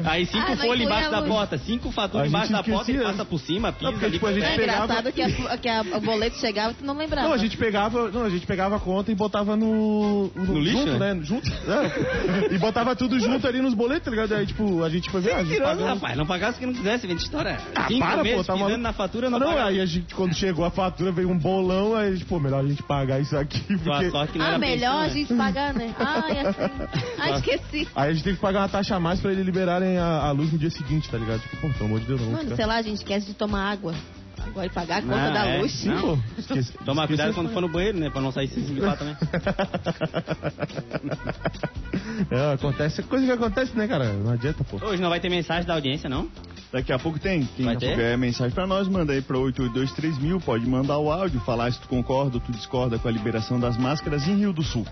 [SPEAKER 4] Aí
[SPEAKER 3] Ah,
[SPEAKER 4] 5
[SPEAKER 3] não
[SPEAKER 4] folhas
[SPEAKER 3] inclui
[SPEAKER 4] embaixo
[SPEAKER 3] a
[SPEAKER 4] da
[SPEAKER 3] luz.
[SPEAKER 4] porta, 5
[SPEAKER 2] A
[SPEAKER 4] faturas embaixo
[SPEAKER 2] gente
[SPEAKER 4] da porta, ele
[SPEAKER 2] esquecia.
[SPEAKER 4] passa por cima, pisa.
[SPEAKER 2] Não, porque, tipo, a
[SPEAKER 4] ali-
[SPEAKER 2] gente
[SPEAKER 3] É
[SPEAKER 2] pegava-
[SPEAKER 3] engraçado que, a, que a- o boleto chegava e tu não lembrava.
[SPEAKER 2] Não, a gente pegava, não, a gente pegava a conta e botava no. No,
[SPEAKER 4] lixo,
[SPEAKER 2] junto,
[SPEAKER 4] né?
[SPEAKER 2] né? Junto. é. E botava tudo junto ali nos boletos, tá ligado? Aí, tipo, a gente foi ver, ah, a gente
[SPEAKER 4] Mentiroso,
[SPEAKER 2] pagou.
[SPEAKER 4] rapaz. Não pagasse o que não quisesse, vem de história.
[SPEAKER 2] Ah,
[SPEAKER 4] 5
[SPEAKER 2] para, pô,
[SPEAKER 4] meses
[SPEAKER 2] tá
[SPEAKER 4] pisando
[SPEAKER 2] maluco.
[SPEAKER 4] na fatura, não,
[SPEAKER 2] Não,
[SPEAKER 4] pagava.
[SPEAKER 2] aí a gente, quando chegou a fatura, veio um bolão, aí a gente, pô, melhor a gente pagar isso aqui,
[SPEAKER 4] Sua
[SPEAKER 2] porque...
[SPEAKER 4] sorte que não
[SPEAKER 3] Ah,
[SPEAKER 4] era pensão,
[SPEAKER 3] melhor a
[SPEAKER 4] né?
[SPEAKER 3] gente pagar, né? Ai, assim. Ai, esqueci.
[SPEAKER 2] Aí a gente teve que pagar uma taxa a mais pra eles liberarem a, a luz no dia seguinte, tá ligado? Tipo, pô, pelo amor de Deus, não vou
[SPEAKER 3] Mano, é
[SPEAKER 2] ficar...
[SPEAKER 3] sei lá, a gente esquece de tomar água.
[SPEAKER 6] Agora pagar a conta
[SPEAKER 4] Não,
[SPEAKER 6] da
[SPEAKER 4] é.
[SPEAKER 2] assim,
[SPEAKER 6] luz.
[SPEAKER 4] Não.
[SPEAKER 2] Esqueci-
[SPEAKER 4] Tomar cuidado
[SPEAKER 2] esqueci-
[SPEAKER 4] quando for no banheiro, né? Pra não sair se esmitar também.
[SPEAKER 2] É, acontece, coisa que acontece, né, cara? Não adianta, pô.
[SPEAKER 4] Hoje não vai ter mensagem da audiência, não?
[SPEAKER 1] Daqui a pouco tem. Quem
[SPEAKER 4] Vai ter?
[SPEAKER 1] tiver mensagem pra nós, manda aí pra 8223000, pode mandar o áudio, falar se tu concorda ou tu discorda com a liberação das máscaras em Rio do Sul.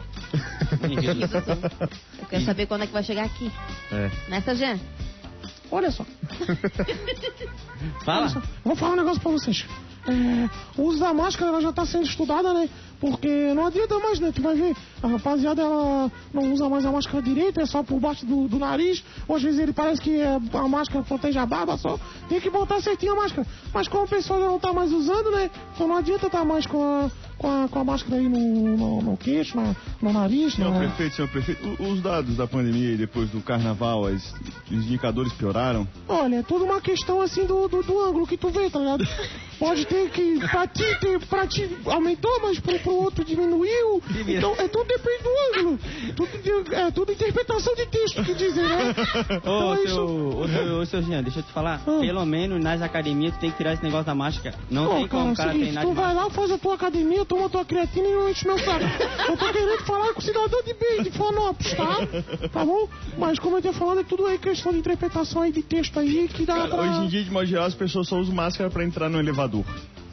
[SPEAKER 3] Eu quero saber quando é que vai chegar aqui.
[SPEAKER 2] É.
[SPEAKER 3] Nessa, Jean?
[SPEAKER 2] Olha só,
[SPEAKER 4] Fala.
[SPEAKER 2] vou falar um negócio pra vocês. É, o uso da máscara ela já tá sendo estudada, né? Porque não adianta mais, né? Tu vai ver, a rapaziada ela não usa mais a máscara direita, é só por baixo do, do nariz. Ou às vezes ele parece que é, a máscara protege a barba só. Tem que botar certinho a máscara. Mas como o pessoal já não tá mais usando, né? Então não adianta tá mais com a, com a, com a máscara aí no, no, no queixo, na- no nariz, né?
[SPEAKER 7] É.
[SPEAKER 1] Senhor
[SPEAKER 2] na-
[SPEAKER 1] prefeito, senhor prefeito, o- os dados da pandemia e depois do carnaval, as- os indicadores pioraram?
[SPEAKER 2] Olha, é tudo uma questão assim do, do, do ângulo que tu vê, tá ligado? Pode ter que pra ti, ter, pra ti aumentou, mas pro, pro outro diminuiu. Então, é tudo depende do ângulo. Tudo, de- é tudo interpretação de texto que dizem, né?
[SPEAKER 4] Ô,
[SPEAKER 2] Então é
[SPEAKER 4] seu,
[SPEAKER 2] isso.
[SPEAKER 4] ô, seu, ô, seu Jean, deixa eu te falar. Pelo menos nas academias tu tem que tirar esse negócio da máscara. Não
[SPEAKER 2] Ah. Pô,
[SPEAKER 4] tem
[SPEAKER 2] cara,
[SPEAKER 4] como
[SPEAKER 2] é
[SPEAKER 4] o
[SPEAKER 2] o
[SPEAKER 4] cara
[SPEAKER 2] seguinte,
[SPEAKER 4] treinar
[SPEAKER 2] tu
[SPEAKER 4] de
[SPEAKER 2] vai
[SPEAKER 4] máscara.
[SPEAKER 2] lá, faz a tua academia, toma a tua creatina e não enche meu saco. Eu tô querendo falar com o cidadão de bem, de Florianópolis, tá? Tá bom? Mas como eu tinha falado, é tudo aí questão de interpretação aí de texto aí que dá
[SPEAKER 1] Cara,
[SPEAKER 2] pra...
[SPEAKER 1] hoje em dia, de modo geral, as pessoas só usam máscara pra entrar no elevador.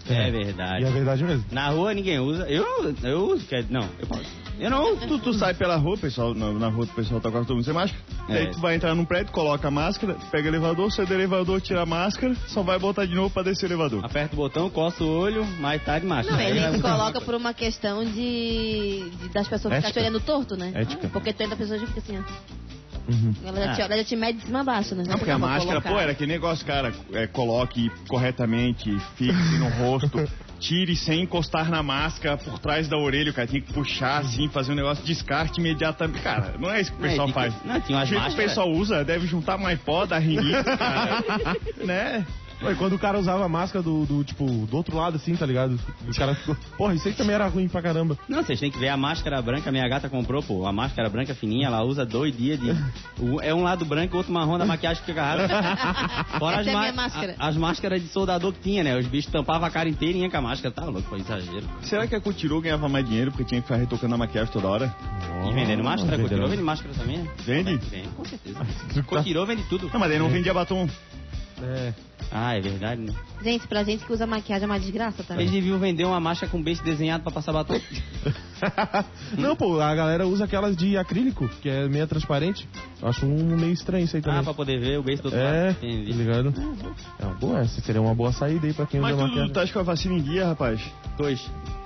[SPEAKER 4] É verdade.
[SPEAKER 2] verdade mesmo.
[SPEAKER 4] Na rua ninguém usa. Eu, eu uso, quer dizer, não, eu posso.
[SPEAKER 1] Eu não, tu, tu sai pela rua, pessoal, na, na rua o pessoal tá quase todo mundo sem máscara.
[SPEAKER 4] É.
[SPEAKER 1] Daí tu vai entrar num prédio, coloca a máscara, pega o elevador, sai do elevador, tira a máscara, só vai botar de novo pra descer o elevador.
[SPEAKER 4] Aperta o botão, coça o olho, mas tá de máscara.
[SPEAKER 3] Não,
[SPEAKER 4] Aí vai
[SPEAKER 3] ele
[SPEAKER 4] usar.
[SPEAKER 3] coloca por uma questão de, de- das pessoas ficarem te
[SPEAKER 2] Ética.
[SPEAKER 3] olhando torto, né?
[SPEAKER 2] Ética.
[SPEAKER 3] Porque tu entra, a pessoa já fica assim, ó.
[SPEAKER 2] Uhum.
[SPEAKER 3] Ela já,
[SPEAKER 4] Ah.
[SPEAKER 3] te, ela já te mede de cima a baixo, né?
[SPEAKER 1] Não, porque a
[SPEAKER 3] Eu vou
[SPEAKER 1] máscara,
[SPEAKER 3] colocar.
[SPEAKER 1] pô, era aquele negócio, cara, é, coloque corretamente, fixe no rosto, tire sem encostar na máscara, por trás da orelha, o cara tinha que puxar assim, fazer um negócio, descarte imediatamente. Cara, não é isso que o
[SPEAKER 4] Não,
[SPEAKER 1] pessoal
[SPEAKER 4] tem que-
[SPEAKER 1] faz.
[SPEAKER 4] não, tinha
[SPEAKER 1] o
[SPEAKER 4] umas
[SPEAKER 1] jeito que o
[SPEAKER 4] máscaras.
[SPEAKER 1] pessoal usa, deve juntar mais pó, dar rinite, cara. né?
[SPEAKER 2] Pô, e quando o cara usava a máscara do, do, tipo, do outro lado, assim, tá ligado? O cara ficou. Porra, isso aí também era ruim pra caramba.
[SPEAKER 4] Não, vocês têm que ver a máscara branca. Minha gata comprou, pô. A máscara branca fininha, ela usa dois dias de. o- É um lado branco, outro marrom da maquiagem que fica agarrado. Fora
[SPEAKER 3] Essa é a
[SPEAKER 4] ma-
[SPEAKER 3] minha máscara.
[SPEAKER 4] a- as máscaras de soldador que tinha, né? Os bichos tampavam a cara inteirinha com a máscara. Tá louco, foi exagero.
[SPEAKER 1] Será que a Cotirô ganhava mais dinheiro porque tinha que ficar retocando a maquiagem toda hora?
[SPEAKER 4] E vendendo máscara,
[SPEAKER 2] vendendo.
[SPEAKER 4] Cotirô vende máscara também? né?
[SPEAKER 1] Vende?
[SPEAKER 4] Vende, com certeza. Cotirô vende tudo.
[SPEAKER 1] Não, mas daí não vendia batom.
[SPEAKER 2] É.
[SPEAKER 4] Ah, é verdade, né?
[SPEAKER 3] Gente, pra gente que usa maquiagem é uma desgraça, tá?
[SPEAKER 4] Eles deviam vender uma máscara com beijo desenhado pra passar batom.
[SPEAKER 2] Não, pô, a galera usa aquelas de acrílico, que é meio transparente. Eu acho um meio estranho isso aí
[SPEAKER 4] Ah,
[SPEAKER 2] também.
[SPEAKER 4] pra poder ver o beijo do outro
[SPEAKER 2] é,
[SPEAKER 4] lado.
[SPEAKER 2] tá
[SPEAKER 4] Entendi.
[SPEAKER 2] ligado? É uma boa, essa seria uma boa saída aí pra quem
[SPEAKER 1] Mas
[SPEAKER 2] usa
[SPEAKER 1] tu,
[SPEAKER 2] maquiagem.
[SPEAKER 4] tá-
[SPEAKER 1] tu acha que a vacina em dia, rapaz?
[SPEAKER 4] Dois.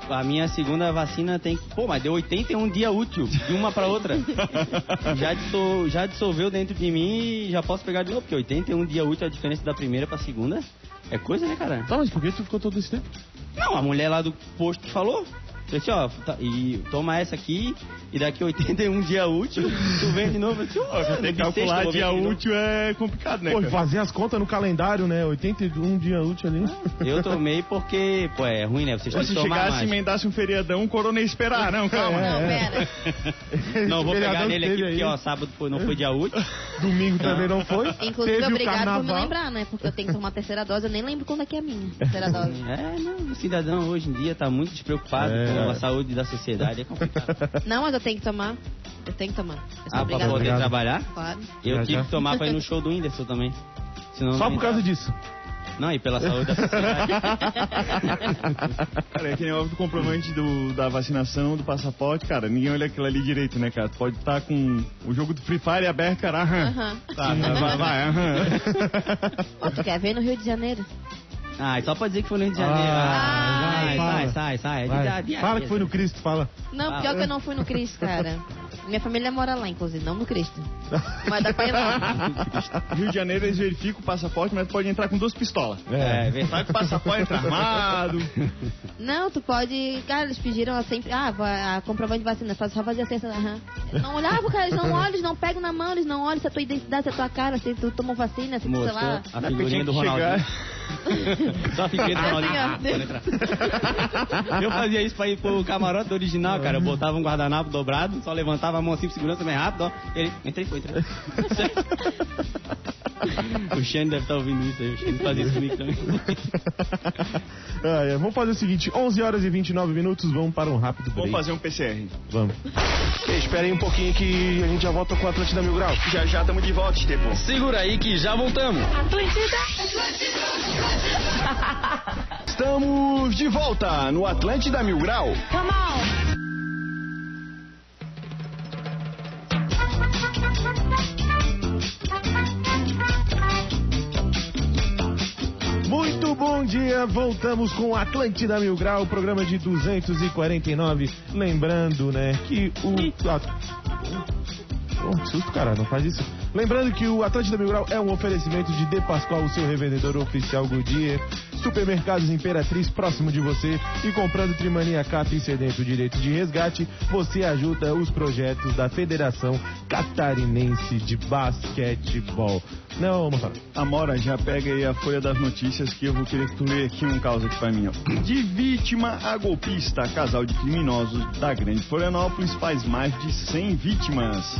[SPEAKER 4] A minha segunda vacina tem que. Pô, mas deu 81 dia útil de uma pra outra. já, disso- já dissolveu dentro de mim e já posso pegar de novo, porque 81 dia útil, a diferença da primeira pra segunda é coisa, né, cara?
[SPEAKER 2] Tá, mas por que tu ficou todo esse tempo?
[SPEAKER 4] Não, a mulher lá do posto falou. Disse, ó, tá- e toma essa aqui, e daqui 81 dia útil, tu vem de novo. Eu disse, ó,
[SPEAKER 1] Você tem que
[SPEAKER 4] de sexta eu
[SPEAKER 1] calcular
[SPEAKER 4] vou
[SPEAKER 1] dia
[SPEAKER 4] ver de novo.
[SPEAKER 1] útil é complicado, né?
[SPEAKER 2] Pô, e
[SPEAKER 1] cara?
[SPEAKER 2] fazer as contas no calendário, né? 81 dia útil ali.
[SPEAKER 4] Eu tomei porque, pô, é ruim, né? Vocês têm
[SPEAKER 1] se
[SPEAKER 4] que tomar
[SPEAKER 1] chegasse e
[SPEAKER 4] mais. É.
[SPEAKER 1] emendasse um feriadão, o corona ia esperar. Não, calma.
[SPEAKER 3] Não, pera.
[SPEAKER 4] Não, vou
[SPEAKER 2] Esse
[SPEAKER 4] pegar
[SPEAKER 2] feriadão
[SPEAKER 4] nele
[SPEAKER 2] que
[SPEAKER 4] aqui,
[SPEAKER 2] teve
[SPEAKER 4] porque,
[SPEAKER 2] aí.
[SPEAKER 4] ó, sábado foi- não foi dia útil.
[SPEAKER 2] Domingo também não foi.
[SPEAKER 4] Ah,
[SPEAKER 3] Inclusive,
[SPEAKER 2] Teve o
[SPEAKER 3] obrigado por me
[SPEAKER 2] carnaval.
[SPEAKER 3] lembrar, né? Porque eu tenho que tomar a terceira dose, eu nem lembro quando é que é a minha terceira dose.
[SPEAKER 4] É, não, o cidadão hoje em dia tá muito despreocupado
[SPEAKER 2] É.
[SPEAKER 4] com a saúde da sociedade, é complicado.
[SPEAKER 3] Não, mas eu tenho que tomar. Eu tenho que tomar. Eu sou
[SPEAKER 4] Ah, pra
[SPEAKER 3] obrigada.
[SPEAKER 4] poder
[SPEAKER 2] Obrigado.
[SPEAKER 4] trabalhar,
[SPEAKER 3] Claro.
[SPEAKER 4] eu
[SPEAKER 2] Já,
[SPEAKER 4] tive
[SPEAKER 2] já.
[SPEAKER 4] que tomar pra ir no show do Whindersson também. Senão
[SPEAKER 2] Só
[SPEAKER 4] não
[SPEAKER 2] por causa
[SPEAKER 4] entrava.
[SPEAKER 2] disso.
[SPEAKER 4] Não, e pela saúde da sociedade.
[SPEAKER 1] Cara, é que nem óbvio do comprovante do, da vacinação, do passaporte, cara. Ninguém olha aquilo ali direito, né, cara? Tu Pode estar com o jogo do Free Fire aberto, cara. Aham.
[SPEAKER 3] Aham.
[SPEAKER 1] Tá, tá, vai, vai, aham.
[SPEAKER 3] Ó, tu quer ver no Rio de Janeiro?
[SPEAKER 4] Ah, e só pra dizer que foi no Rio de Janeiro.
[SPEAKER 2] Ah,
[SPEAKER 4] Ah,
[SPEAKER 2] vai,
[SPEAKER 4] sai,
[SPEAKER 2] fala.
[SPEAKER 4] sai, sai,
[SPEAKER 2] Vai.
[SPEAKER 4] sai.
[SPEAKER 2] Fala que foi
[SPEAKER 4] né?
[SPEAKER 2] no Cristo, fala.
[SPEAKER 3] Não,
[SPEAKER 4] Ah.
[SPEAKER 3] pior que eu não fui no Cristo, cara. Minha família mora lá, inclusive, não no Cristo. Mas dá pra ir lá.
[SPEAKER 1] Rio de Janeiro, eles verificam o passaporte, mas tu pode entrar com duas pistolas.
[SPEAKER 4] É,
[SPEAKER 1] Vai
[SPEAKER 4] é verdade.
[SPEAKER 1] com o passaporte entra armado.
[SPEAKER 3] Não, tu pode. Cara, eles pediram ela sempre. Ah, va- a comprovante de vacina, só, só fazia ciência. Aham. Não olhava, cara, eles não olham, eles não pegam na mão, eles não olham se é a tua identidade, se é a tua cara, se tu tomou vacina, se tu, sei
[SPEAKER 4] Mostrou
[SPEAKER 3] lá.
[SPEAKER 4] a figurinha do
[SPEAKER 1] que chegar.
[SPEAKER 4] Ronaldinho. Só a figurinha do Ronaldinho.
[SPEAKER 3] Assim, ó.
[SPEAKER 4] Ah, quando entrar. Eu fazia isso pra ir pro camarote original, cara. Eu botava um guardanapo dobrado, só levantava a mão assim, segurando também rápido, ó. Ele, entrei, foi, entrei. O Shane deve estar ouvindo isso aí. O Shane faz isso comigo também.
[SPEAKER 2] Ah, é, Vamos fazer o seguinte: 11 horas e 29 minutos. Vamos para um rápido break.
[SPEAKER 1] Vamos fazer um PCR.
[SPEAKER 2] Vamos.
[SPEAKER 6] Esperem um pouquinho que a gente já volta com a Atlântida Mil Grau.
[SPEAKER 1] Já já estamos de volta, Estevão.
[SPEAKER 4] Segura aí que já voltamos.
[SPEAKER 1] Estamos de volta no Atlântida Mil Grau.
[SPEAKER 2] Muito bom dia, voltamos com Atlântida Mil Grau, programa de 249. Lembrando, né, que o. Ah, Oh, que susto, cara, não faz isso. Lembrando que o Atlântida Mil Grau é um oferecimento de De Pascoal, o seu revendedor oficial Goodyear. Supermercados Imperatriz próximo de você e comprando Trimania Cap e Sedento Direito de Resgate, você ajuda os projetos da Federação Catarinense de Basquetebol. Não, moçada.
[SPEAKER 1] Amora, já pega aí a folha das notícias que eu vou querer que tu leia aqui um caos aqui pra mim. ó. De vítima a golpista, casal de criminosos da Grande Florianópolis faz mais de 100 vítimas.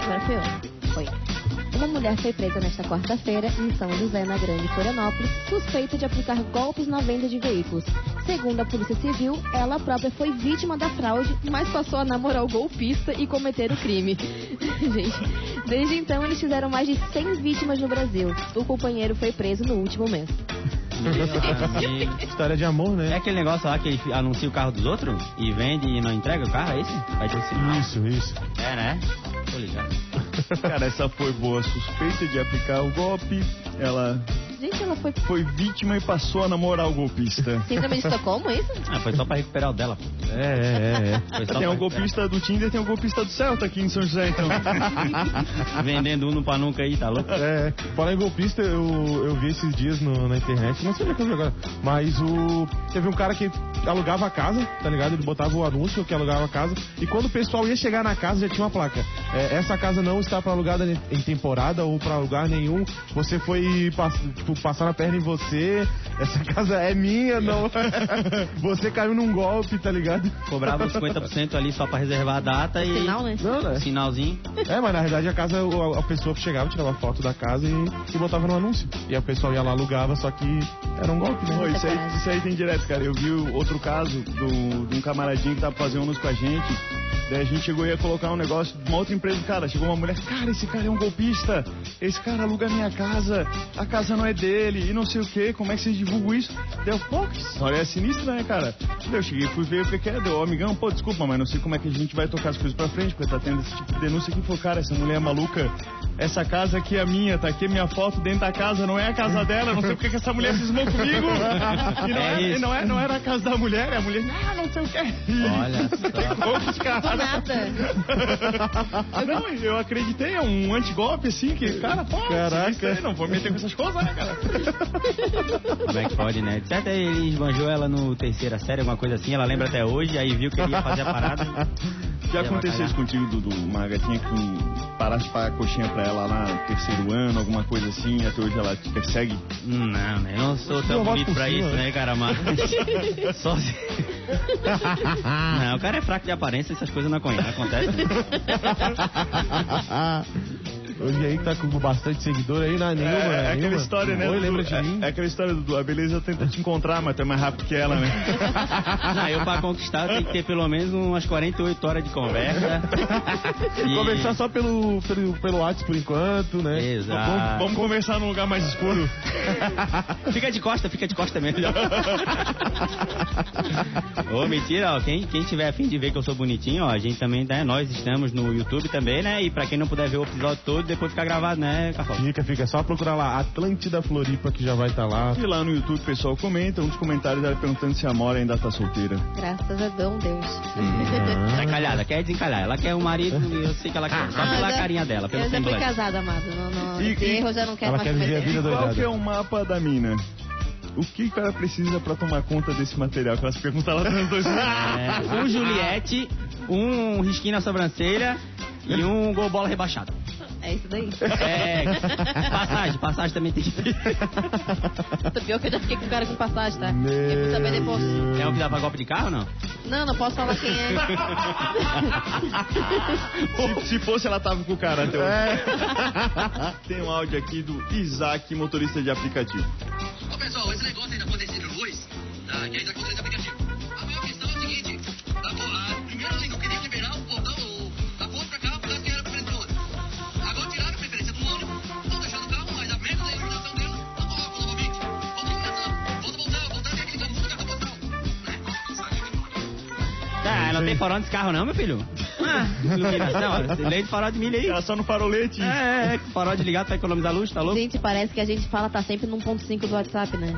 [SPEAKER 3] Agora foi eu. Foi. Uma mulher foi presa nesta quarta-feira em São José, na Grande Florianópolis, suspeita de aplicar golpes na venda de veículos. Segundo a Polícia Civil, ela própria foi vítima da fraude, mas passou a namorar o golpista e cometer o crime. Gente, desde então eles fizeram mais de 100 vítimas no Brasil. O companheiro foi preso no último mês.
[SPEAKER 2] História de amor,
[SPEAKER 4] É
[SPEAKER 2] né?
[SPEAKER 4] aquele negócio lá que ele anuncia o carro dos outros e vende e não entrega o carro, é esse? Vai ter um sinal.
[SPEAKER 2] Isso, isso.
[SPEAKER 4] É, né? Tô ligado.
[SPEAKER 1] Cara, essa foi boa. Suspeita de aplicar o golpe, ela
[SPEAKER 3] Gente, ela foi.
[SPEAKER 1] foi vítima e passou a namorar o golpista.
[SPEAKER 3] Síndrome de Estocolmo, é isso?
[SPEAKER 4] Ah, foi só pra recuperar o dela. pô.
[SPEAKER 2] É, é, é.
[SPEAKER 1] Tem
[SPEAKER 4] Foi só pra
[SPEAKER 1] um
[SPEAKER 4] recuperar.
[SPEAKER 1] golpista do Tinder, tem um golpista do Celta aqui em São José, então.
[SPEAKER 4] Vendendo um pra nunca aí, tá louco?
[SPEAKER 2] É, falar em golpista, eu, eu vi esses dias no- na internet, não sei onde é que eu vi agora, mas o. Teve um cara que alugava a casa, tá ligado? Ele botava o anúncio que alugava a casa, e quando o pessoal ia chegar na casa já tinha uma placa. é, essa casa não está pra alugada ne- em temporada ou pra lugar nenhum. Você foi pass- tipo, passar a perna em você, essa casa é minha, não. você caiu num golpe, tá ligado?
[SPEAKER 4] Cobrava os 50% ali só pra reservar a data e.
[SPEAKER 3] Sinal, né?
[SPEAKER 2] Não, né?
[SPEAKER 4] Sinalzinho.
[SPEAKER 2] É, mas na verdade a casa, o- a a pessoa chegava, tirava foto da casa e, e botava no anúncio. E aí o pessoal ia lá, alugava, só que era um golpe,
[SPEAKER 1] Pô,
[SPEAKER 2] né?
[SPEAKER 1] isso, aí, isso aí tem direto, cara. Eu vi o- outro caso do, de um camaradinho que tava fazendo uns com a gente. Daí a gente chegou e ia colocar um negócio de uma outra empresa. Cara, chegou uma mulher. Cara, esse cara é um golpista. Esse cara aluga a minha casa. A casa não é dele. E não sei o que. Como é que vocês divulgam isso? Deu, pô, que história é sinistra, né, cara? Daí eu cheguei, fui ver o que que é. Deu, ó, amigão, pô, desculpa, mas não sei como é que a gente vai tocar as coisas pra frente. Porque tá tendo esse tipo de denúncia aqui. Falou, cara, essa mulher é maluca. Essa casa aqui é minha. Tá aqui a minha foto dentro da casa. Não é a casa dela. Não sei porque que essa mulher cismou comigo. E não,
[SPEAKER 4] É
[SPEAKER 1] era,
[SPEAKER 4] isso.
[SPEAKER 1] e não é- não era a casa da mulher, é a mulher. Ah, não sei o que.
[SPEAKER 4] Olha
[SPEAKER 3] Do
[SPEAKER 4] só.
[SPEAKER 3] nada.
[SPEAKER 1] Não, eu acreditei, é um antigolpe assim, que, cara, pô,
[SPEAKER 2] Caraca.
[SPEAKER 1] isso aí, não vou meter com essas coisas, né, cara?
[SPEAKER 4] Como é que pode, né? De certo, ele esbanjou ela no terceira série, alguma coisa assim. Ela lembra até hoje, aí viu que ele ia fazer a parada.
[SPEAKER 1] Já
[SPEAKER 4] Ia
[SPEAKER 1] aconteceu isso
[SPEAKER 4] bacalhar.
[SPEAKER 1] contigo, Dudu? Uma gatinha que tu parasse pra pagar coxinha pra ela lá no terceiro ano, alguma coisa assim, até hoje ela te persegue?
[SPEAKER 4] Não, né? Eu não sou
[SPEAKER 2] Eu
[SPEAKER 4] tão
[SPEAKER 2] voto
[SPEAKER 4] bonito
[SPEAKER 2] por
[SPEAKER 4] pra
[SPEAKER 2] cima,
[SPEAKER 4] isso,
[SPEAKER 2] né?
[SPEAKER 4] né, cara? Mas. Só se... Não, o cara é fraco de aparência, essas coisas não aconte- acontecem. né?
[SPEAKER 2] Hoje aí que tá com bastante seguidor aí, na nenhuma,
[SPEAKER 1] é, é aquela
[SPEAKER 2] nenhuma.
[SPEAKER 1] história, né?
[SPEAKER 2] Oi,
[SPEAKER 1] Dudu?
[SPEAKER 2] lembra de
[SPEAKER 1] É-
[SPEAKER 2] mim?
[SPEAKER 1] É, aquela história, Dudu. A beleza tenta te encontrar, mas tu é mais rápido que ela, né?
[SPEAKER 4] Não, eu pra conquistar tem que ter pelo menos umas 48 horas de conversa. E-
[SPEAKER 2] Conversar só pelo, pelo, pelo WhatsApp por enquanto, né?
[SPEAKER 4] Exato.
[SPEAKER 1] Vamos conversar num lugar mais escuro.
[SPEAKER 4] Fica de costa, fica de costa mesmo. Ô, mentira, ó. Quem, quem tiver afim de ver que eu sou bonitinho, ó, a gente também, né? Nós estamos no YouTube também, né? E pra quem não puder ver o episódio todo, depois fica gravado, né, Carlos?
[SPEAKER 2] Fica, fica, é só procurar lá, Atlântida Floripa, que já vai estar lá.
[SPEAKER 1] E lá no YouTube, o pessoal comenta, um dos comentários era perguntando se a Mora ainda tá solteira.
[SPEAKER 3] Graças a bom Deus.
[SPEAKER 4] Desencalhada, Tá quer desencalhar. Ela quer um marido e eu sei que ela quer. Só
[SPEAKER 3] Ah,
[SPEAKER 4] pela
[SPEAKER 3] já-
[SPEAKER 4] carinha dela, pelo
[SPEAKER 3] Eu já fui
[SPEAKER 4] semblante.
[SPEAKER 3] casada, amado. Não, não,
[SPEAKER 1] E-
[SPEAKER 3] esse
[SPEAKER 1] e-
[SPEAKER 3] erro eu já não quero
[SPEAKER 2] ela
[SPEAKER 3] mais
[SPEAKER 2] quer viver a
[SPEAKER 3] cometer.
[SPEAKER 2] vida doida.
[SPEAKER 1] Qual que
[SPEAKER 2] Doidada.
[SPEAKER 1] é o mapa da mina? O que que ela precisa pra tomar conta desse material? Que ela se pergunta lá nos dois.
[SPEAKER 4] É, um Juliette, um risquinho na sobrancelha e um gol bola rebaixado.
[SPEAKER 3] É, É isso daí.
[SPEAKER 4] É, passagem, passagem também tem que
[SPEAKER 3] Tô Pior que eu já fiquei com cara com passagem, tá?
[SPEAKER 2] Meu
[SPEAKER 3] eu fui saber depois.
[SPEAKER 4] É o que dá pra golpe de carro, não?
[SPEAKER 3] Não, não posso falar quem é.
[SPEAKER 1] Se, se fosse, ela tava com o cara até hoje. Tem um áudio aqui do Isaac, motorista de aplicativo.
[SPEAKER 8] Ô pessoal, esse negócio aí da potência de luz, tá, que aí tá acontecendo aplicativo. A maior questão é o seguinte, tá, pô, a, primeiro eu queria liberar o portão o- da ponte pra carro, porque que era a preferência do ônibus. Agora tiraram a preferência do ônibus, estão deixando o carro, mas a merda da iluminação dele não coloca novamente. Volta voltar, volta voltar, voltar, que aquele carro cartão postal. Né? Sabe?
[SPEAKER 4] Tá, não tem farol nesse carro, não, meu filho? Ah, iluminação, lei de farol de milha aí.
[SPEAKER 1] Ela só no farolete.
[SPEAKER 4] É, é, é, farol desligado pra economizar luz, tá louco?
[SPEAKER 3] Gente, parece que a gente fala tá sempre num ponto 5 do WhatsApp, né?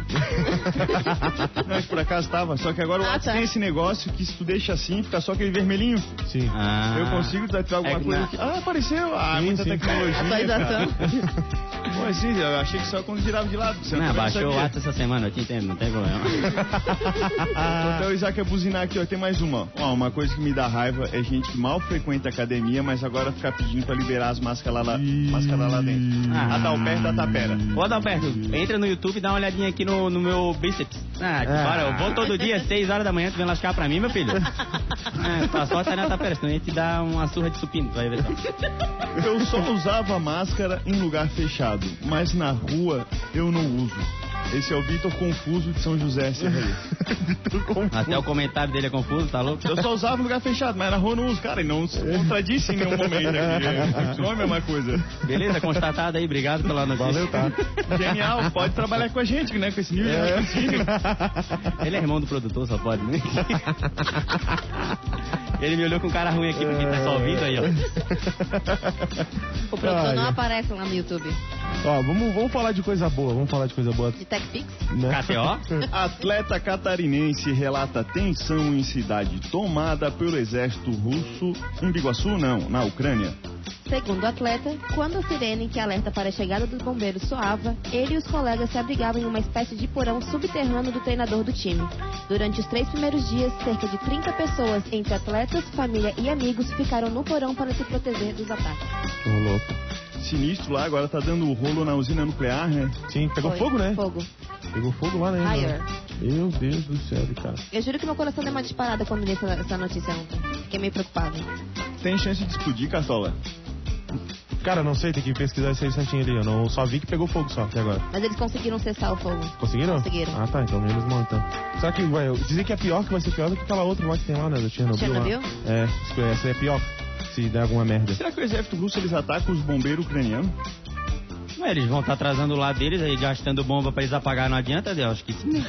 [SPEAKER 1] Mas por acaso tava. Só que agora o
[SPEAKER 3] Ah,
[SPEAKER 1] WhatsApp
[SPEAKER 3] tá.
[SPEAKER 1] tem esse negócio que se tu deixa assim, fica só aquele vermelhinho.
[SPEAKER 2] Sim.
[SPEAKER 4] Ah.
[SPEAKER 1] Eu consigo desativar alguma
[SPEAKER 4] É que
[SPEAKER 1] coisa
[SPEAKER 4] na-
[SPEAKER 1] aqui. Ah, apareceu. Ah, muita
[SPEAKER 2] sim.
[SPEAKER 1] tecnologia.
[SPEAKER 3] Tá Atualização.
[SPEAKER 1] cara. Pô, assim, eu achei que só quando girava de lado. Você
[SPEAKER 4] Não,
[SPEAKER 1] também
[SPEAKER 4] baixou o
[SPEAKER 1] sabia.
[SPEAKER 4] ato essa semana, eu te entendo, não tem problema.
[SPEAKER 1] Até o Isaac ia buzinar aqui, ó. Tem mais uma. Ó, uma coisa que me dá raiva é gente que mal frequenta a academia, mas agora ficar pedindo pra liberar as máscaras lá, máscaras lá dentro.
[SPEAKER 4] Ah.
[SPEAKER 1] A Dalberta, a Tapera.
[SPEAKER 4] Ô Adalberto, entra no YouTube e dá uma olhadinha aqui no, no meu bíceps. Ah, que para, eu vou todo dia, 6 horas da manhã, tu vem lascar pra mim, meu filho? Ah, tá só tá na tapera, senão eu ia te dar uma surra de supino, tu vai ver só.
[SPEAKER 1] Eu só usava máscara em lugar fechado, mas na rua eu não uso. Esse é o Vitor Confuso de São José, Serraria.
[SPEAKER 4] Até o comentário dele é confuso, tá louco?
[SPEAKER 1] Eu só usava em lugar fechado, mas na rua eu não uso. Cara, e não se contradisse em nenhum momento né? aqui. Continua a mesma é coisa.
[SPEAKER 4] Beleza, constatado aí, obrigado pela notícia.
[SPEAKER 2] Valeu, tá.
[SPEAKER 1] Genial, pode trabalhar com a gente, né? Com esse nível de raciocínio.
[SPEAKER 4] Ele é irmão do produtor, só pode, né? Ele me olhou com cara ruim aqui, porque tá só ouvindo aí, ó.
[SPEAKER 3] O produtor não
[SPEAKER 2] Olha.
[SPEAKER 3] aparece lá no YouTube.
[SPEAKER 2] Ó, vamos, vamos falar de coisa boa, vamos falar de coisa boa.
[SPEAKER 3] De TechPix?
[SPEAKER 2] Né?
[SPEAKER 4] KTO?
[SPEAKER 1] Atleta catarinense relata tensão em cidade tomada pelo exército russo em Biguaçu, não, na Ucrânia.
[SPEAKER 3] Segundo o atleta, quando a sirene que alerta para a chegada dos bombeiros soava, ele e os colegas se abrigavam em uma espécie de porão subterrâneo do treinador do time. Durante os três primeiros dias, cerca de 30 pessoas, entre atletas, família e amigos, ficaram no porão para se proteger dos ataques.
[SPEAKER 2] Ô, louco.
[SPEAKER 1] Sinistro lá, agora tá dando rolo na usina nuclear, né?
[SPEAKER 2] Sim, pegou
[SPEAKER 3] Foi.
[SPEAKER 2] fogo, né?
[SPEAKER 3] Fogo.
[SPEAKER 2] Pegou fogo lá, né?
[SPEAKER 3] Higher.
[SPEAKER 2] Meu Deus do céu, cara.
[SPEAKER 3] Eu juro que meu coração deu uma disparada quando li essa, essa notícia ontem. Fiquei meio preocupada.
[SPEAKER 1] Tem chance de explodir, Cartola?
[SPEAKER 2] Cara, não sei, tem que pesquisar esse aí certinho ali. Eu não, só vi que pegou fogo só até agora.
[SPEAKER 3] Mas eles conseguiram cessar o fogo.
[SPEAKER 2] Conseguiram?
[SPEAKER 3] Conseguiram.
[SPEAKER 2] Ah, tá, então menos mal, então. Só que, vai, eu- dizer que é pior, que vai ser pior do que aquela outra lá que tem lá, né? Do Chernobyl.
[SPEAKER 3] Chernobyl?
[SPEAKER 2] Lá. É, diz que essa é pior, se der alguma merda.
[SPEAKER 1] Será que o exército russo eles atacam os bombeiros ucranianos?
[SPEAKER 4] Ué, eles vão estar atrasando lá deles aí, gastando bomba pra eles apagar, não adianta, Deus, acho que sim.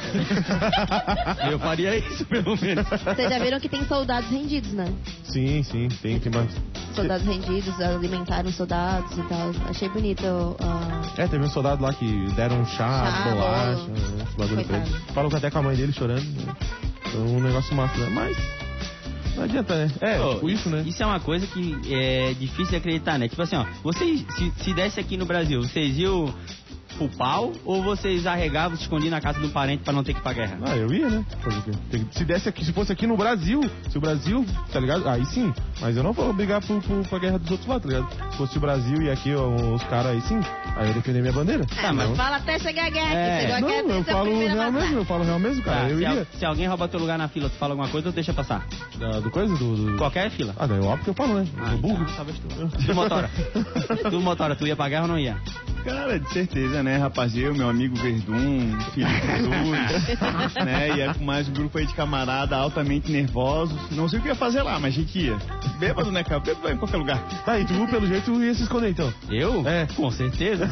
[SPEAKER 4] Eu faria isso, pelo menos.
[SPEAKER 3] Vocês já viram que tem soldados rendidos, né?
[SPEAKER 2] Sim, sim, tem que mais.
[SPEAKER 3] Soldados rendidos, alimentaram soldados e tal. Achei bonito. ah,
[SPEAKER 2] É, teve um soldado lá que deram um chá,
[SPEAKER 3] Chá,
[SPEAKER 2] bolacha,
[SPEAKER 3] bolo.
[SPEAKER 2] né, esse bagulho pra
[SPEAKER 3] Coitado.
[SPEAKER 2] ele. Falou até com a mãe dele chorando. né? Foi um negócio massa, né? Mas. Não adianta, né? É,
[SPEAKER 4] Pô,
[SPEAKER 2] tipo isso, né?
[SPEAKER 4] Isso é uma coisa que é difícil de acreditar, né? Tipo assim, ó, vocês, se, se desse aqui no Brasil, vocês iam pro pau ou vocês arregavam, se escondiam na casa do parente pra não ter que ir pra guerra?
[SPEAKER 2] Ah, eu ia, né? Fazer o quê? Tem que- Se desse aqui, se fosse aqui no Brasil, se o Brasil, tá ligado? Aí sim, mas eu não vou brigar pro, pro, pra guerra dos outros lá, tá ligado? Se fosse o Brasil e aqui ó, os caras aí sim, aí eu ia defender minha bandeira.
[SPEAKER 3] Ah, mas
[SPEAKER 2] Não.
[SPEAKER 3] fala até chegar a guerra.
[SPEAKER 4] É,
[SPEAKER 3] que chegou a
[SPEAKER 2] Não,
[SPEAKER 3] guerra,
[SPEAKER 2] eu
[SPEAKER 3] essa é a
[SPEAKER 2] falo
[SPEAKER 3] primeira
[SPEAKER 2] real
[SPEAKER 3] vazada.
[SPEAKER 2] mesmo, eu falo real mesmo, cara.
[SPEAKER 4] Tá,
[SPEAKER 2] eu
[SPEAKER 4] se, al-
[SPEAKER 2] ia.
[SPEAKER 4] se alguém roubar teu lugar na fila, tu fala alguma coisa ou deixa passar?
[SPEAKER 2] Da- do coisa? Do. do-
[SPEAKER 4] Qualquer fila.
[SPEAKER 2] Ah, daí óbvio que eu falo, né?
[SPEAKER 4] é? Ah,
[SPEAKER 2] do burro.
[SPEAKER 4] então, talvez tu. Tu, motora. tu, motora, tu ia pra guerra ou não ia?
[SPEAKER 1] Cara, de certeza, né, rapaz? Eu, meu amigo Verdun, Felipe Cruz, né? Ia com mais um grupo aí de camarada altamente nervosos. Não sei o que ia fazer lá, mas a gente ia. Bêbado, né, cara? Bêbado vai em qualquer lugar.
[SPEAKER 2] Tá aí, tu pelo jeito ia se esconder então.
[SPEAKER 4] Eu?
[SPEAKER 2] É.
[SPEAKER 4] Com certeza.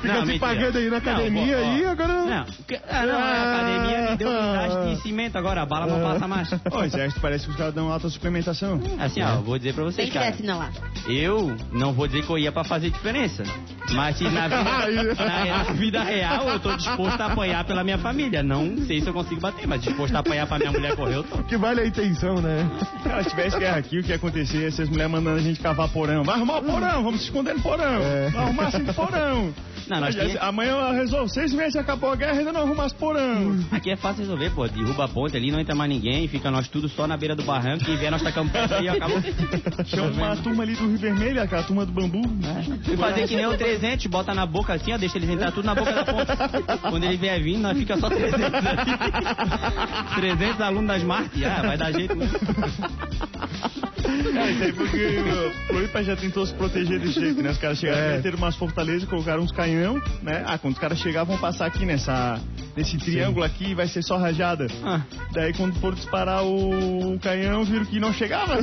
[SPEAKER 2] Fica se pagando aí na academia
[SPEAKER 4] pô, ó.
[SPEAKER 2] aí, agora.
[SPEAKER 4] Não, que- ah, não, a academia me deu guindaste de cimento agora, a bala não passa mais.
[SPEAKER 1] Ô, o exército parece que os caras dão alta suplementação.
[SPEAKER 4] Assim, ó, eu vou dizer pra
[SPEAKER 3] Tem
[SPEAKER 4] vocês,
[SPEAKER 3] que
[SPEAKER 4] cara.
[SPEAKER 3] desce, não lá.
[SPEAKER 4] Eu não vou dizer que eu ia pra fazer diferença. Mas se na vida, na- na vida real eu tô disposto a apanhar pela minha família. Não sei se eu consigo bater, mas disposto a apanhar pra minha mulher correr, eu tô.
[SPEAKER 2] Que vale a intenção, né?
[SPEAKER 1] Cara, se tivesse guerra aqui, o que ia acontecer? Essas mulheres mandando a gente cavar porão. Vai arrumar o porão, vamos se esconder no porão. Vai arrumar assim no porão.
[SPEAKER 4] Não, nós
[SPEAKER 1] Aliás,
[SPEAKER 4] tinha-
[SPEAKER 1] Amanhã eu resolvo. Seis meses acabou a guerra, ainda não arrumo as porão.
[SPEAKER 4] Aqui é fácil resolver, pô. Derruba a ponte ali, não entra mais ninguém, fica nós tudo só na beira do barranco. Quem vier, nós tacamos pedra e acabou. Tá
[SPEAKER 1] Chama a turma ali do Rio Vermelho, aquela turma do bambu.
[SPEAKER 4] E fazer que nem o 300, bota na boca assim, ó, deixa eles entrar tudo na boca da ponte. Quando ele vier vindo, nós fica só 300 ali. 300 alunos das marcas, ah, vai dar jeito mesmo.
[SPEAKER 1] É, isso aí porque o Floripa já tentou se proteger desse jeito, né? Os caras chegaram,
[SPEAKER 2] É.
[SPEAKER 1] meteram umas fortalezas, colocaram uns canhão, né? Ah, quando os caras chegavam, passar aqui nessa, nesse triângulo aqui, vai ser só rajada.
[SPEAKER 4] Ah.
[SPEAKER 1] Daí quando foram disparar o canhão, viram que não chegava.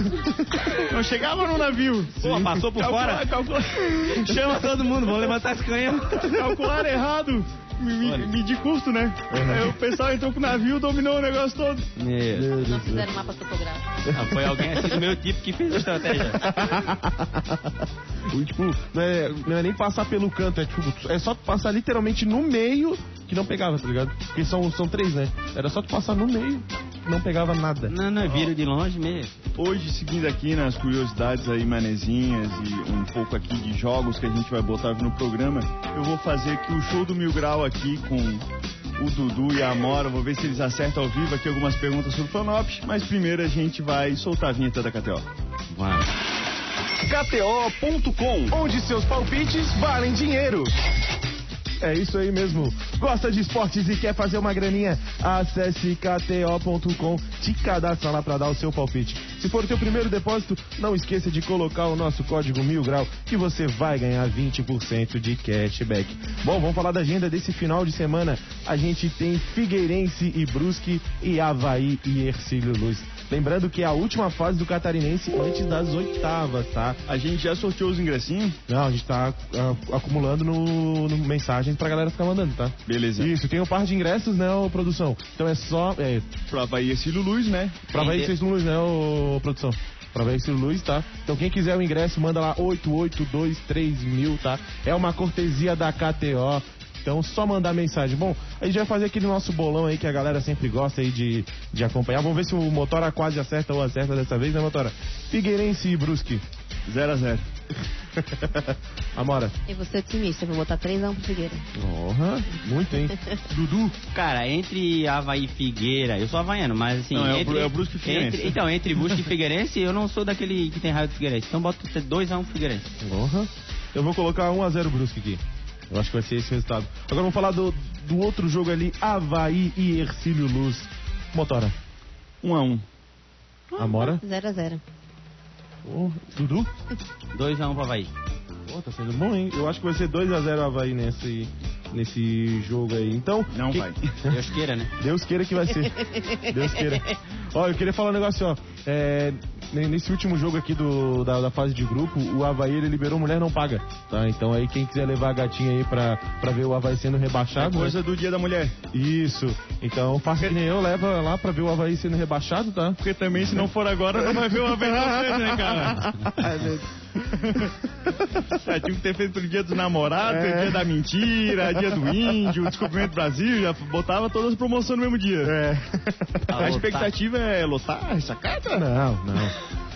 [SPEAKER 1] não chegava no navio.
[SPEAKER 4] Pô, passou por fora?
[SPEAKER 1] Calcula,
[SPEAKER 4] Chama todo mundo, vamos levantar esse canhão.
[SPEAKER 1] calcularam errado. Me, me,
[SPEAKER 4] Olha. Uhum.
[SPEAKER 1] medir custo, né? Aí o pessoal entrou com o navio, dominou o negócio todo.
[SPEAKER 4] É.
[SPEAKER 3] Não fizeram um mapa topográfico.
[SPEAKER 4] Ah, foi alguém assim do meu tipo que fez a estratégia.
[SPEAKER 2] O, tipo, não é, não é nem passar pelo canto, é tipo, é só tu passar literalmente no meio que não pegava, tá ligado? Porque são, são três, né? Era só tu passar no meio que não pegava nada.
[SPEAKER 4] Não, não, viram de longe mesmo.
[SPEAKER 1] Hoje, seguindo aqui nas curiosidades aí manezinhas e um pouco aqui de jogos que a gente vai botar no programa, eu vou fazer aqui o show do Mil Grau aqui com o Dudu e a Amora. Vou ver se eles acertam ao vivo aqui algumas perguntas sobre Flanops, mas primeiro a gente vai soltar a vinheta da KTO.
[SPEAKER 4] Vamos.
[SPEAKER 2] KTO.com, onde seus palpites valem dinheiro. É isso aí mesmo. Gosta de esportes e quer fazer uma graninha? Acesse kto.com, te cadastra lá pra dar o seu palpite. Se for o teu primeiro depósito, não esqueça de colocar o nosso código mil grau que você vai ganhar 20% de cashback. Bom, vamos falar da agenda desse final de semana. A gente tem Figueirense e Brusque e Havaí e Ercílio Luz. Lembrando que é a última fase do catarinense antes das oitavas, tá?
[SPEAKER 1] A gente já sorteou os ingressinhos?
[SPEAKER 2] Não, a gente tá ah, acumulando no, no mensagens pra galera ficar mandando, tá?
[SPEAKER 1] Beleza.
[SPEAKER 2] Isso, tem um par de ingressos, né, ô, produção? Então é só. É,
[SPEAKER 1] Pra Bahia Cílio Luz, né?
[SPEAKER 2] pra ver
[SPEAKER 4] Entendeu?
[SPEAKER 2] vocês no luz, né, ô, produção? Pra ver se luz, tá? Então quem quiser o ingresso, manda lá 8823 mil, tá? É uma cortesia da KTO. Então só mandar mensagem. Bom, a gente vai fazer aquele nosso bolão aí que a galera sempre gosta aí de, de acompanhar. Vamos ver se o Motora quase acerta ou acerta dessa vez, né, Motora? Figueirense e Brusque.
[SPEAKER 1] 0 a 0
[SPEAKER 2] Amora.
[SPEAKER 3] Eu vou ser otimista, eu vou botar 3x1 pro Figueira.
[SPEAKER 2] Porra, muito, hein? Dudu.
[SPEAKER 4] Cara, entre Havaí e Figueira, eu sou havaiano, mas assim.
[SPEAKER 1] Não, é o
[SPEAKER 4] entre,
[SPEAKER 1] Bru- é o Brusque e Figueirense.
[SPEAKER 4] entre- Então, entre Brusque e Figueirense, eu não sou daquele que tem raiva do Figueirense. Então, bota 2x1 um pro Figueirense.
[SPEAKER 2] Porra. Eu vou colocar 1x0 Brusque aqui. Eu acho que vai ser esse o resultado. Agora vamos falar do, do outro jogo ali, Havaí e Ercílio Luz. Motora.
[SPEAKER 1] 1 a 1
[SPEAKER 4] Ah,
[SPEAKER 2] Amora.
[SPEAKER 3] 0x0.
[SPEAKER 2] Ô, Dudu.
[SPEAKER 4] 2x1 um pro Havaí.
[SPEAKER 2] Pô, tá sendo bom, hein? Eu acho que vai ser 2x0 Havaí nesse, nesse jogo aí. Então.
[SPEAKER 1] Não
[SPEAKER 2] que-
[SPEAKER 1] vai.
[SPEAKER 4] Deus queira, né?
[SPEAKER 2] Deus queira que vai ser. Deus queira. Ó, eu queria falar um negócio, ó. É, n- nesse último jogo aqui do, da, da fase de grupo, o Havaí ele liberou Mulher Não Paga. Tá? Então aí quem quiser levar a gatinha aí pra, pra ver o Havaí sendo
[SPEAKER 1] É
[SPEAKER 2] rebaixado. né?
[SPEAKER 1] coisa do Dia da Mulher.
[SPEAKER 2] Isso. Então faça que nem eu, leva lá pra ver o Havaí sendo rebaixado, tá?
[SPEAKER 1] Porque também, se não for agora, não vai ver uma vez na frente, né, cara? Já tinha que ter feito pro dia dos
[SPEAKER 2] É.
[SPEAKER 1] namorados, Ah, dia da mentira, dia do índio, descobrimento do Brasil, já botava todas as promoções no mesmo dia. É. A
[SPEAKER 4] Pra lotar.
[SPEAKER 1] expectativa é lotar essa carta?
[SPEAKER 2] Não, não.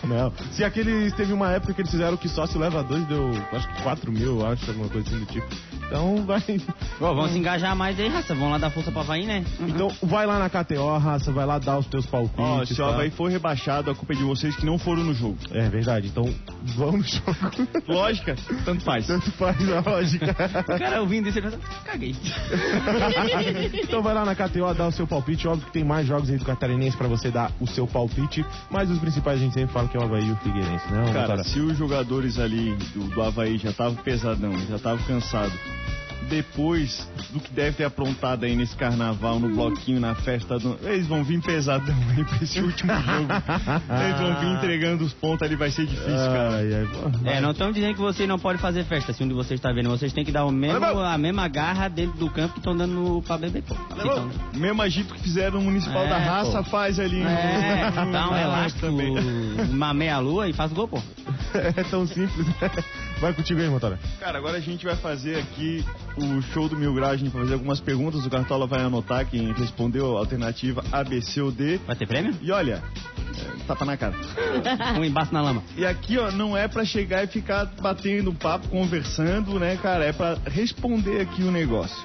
[SPEAKER 2] Não. Se aqueles teve uma época que eles fizeram que só se leva dois, deu acho que 4 mil, eu acho, alguma coisa assim do tipo. Então vai.
[SPEAKER 4] Pô, vamos se engajar mais aí, raça. Vamos lá dar força pro Havaí, né?
[SPEAKER 1] Uhum.
[SPEAKER 2] Então vai lá na KTO, raça, vai lá dar os teus palpites.
[SPEAKER 1] Ó, se o
[SPEAKER 2] tá?
[SPEAKER 1] Havaí for rebaixado, a culpa é de vocês que não foram no jogo.
[SPEAKER 2] É verdade, então vamos no jogo.
[SPEAKER 1] Lógica, tanto faz.
[SPEAKER 2] Tanto faz a lógica.
[SPEAKER 4] O cara ouvindo isso, ele pensa, caguei.
[SPEAKER 2] então vai lá na KTO, dá o seu palpite. Óbvio que tem mais jogos aí do Catarinense pra você dar o seu palpite. Mas os principais a gente sempre fala que é o Havaí e o Figueirense, né? ô,
[SPEAKER 1] Cara,
[SPEAKER 2] Vitória?
[SPEAKER 1] se os jogadores ali do, do Havaí já estavam pesadão, já estavam cansados, depois do que deve ter aprontado aí nesse carnaval, no bloquinho, na festa, do- eles vão vir pesadão aí pra esse último jogo. eles vão vir entregando os pontos ali, vai ser difícil, cara.
[SPEAKER 2] Ai, ai, pô.
[SPEAKER 4] É, não estamos dizendo que você não pode fazer festa, assim, onde você está vendo. Vocês têm que dar o mesmo,
[SPEAKER 1] Alemão!
[SPEAKER 4] a mesma garra dentro do campo que estão dando no- pra beber, pô.
[SPEAKER 1] Alemão,
[SPEAKER 4] Então,
[SPEAKER 1] mesmo agito que fizeram no Municipal
[SPEAKER 4] É,
[SPEAKER 1] da Raça,
[SPEAKER 4] pô.
[SPEAKER 1] faz ali. né? no-
[SPEAKER 4] É,
[SPEAKER 1] no-
[SPEAKER 4] dá um
[SPEAKER 1] no-
[SPEAKER 4] elástico, uma meia-lua e faz gol, pô.
[SPEAKER 2] é tão simples. Vai contigo aí, motora.
[SPEAKER 1] né? Cara, agora a gente vai fazer aqui o show do Mil Grau. A gente vai fazer algumas perguntas. O Cartola vai anotar quem respondeu a alternativa A, B, C ou D.
[SPEAKER 4] Vai ter prêmio?
[SPEAKER 1] E olha, é, tapa na cara.
[SPEAKER 4] Um embaixo na lama.
[SPEAKER 1] E aqui, ó, não é pra chegar e ficar batendo um papo, conversando, né, cara? É pra responder aqui o negócio.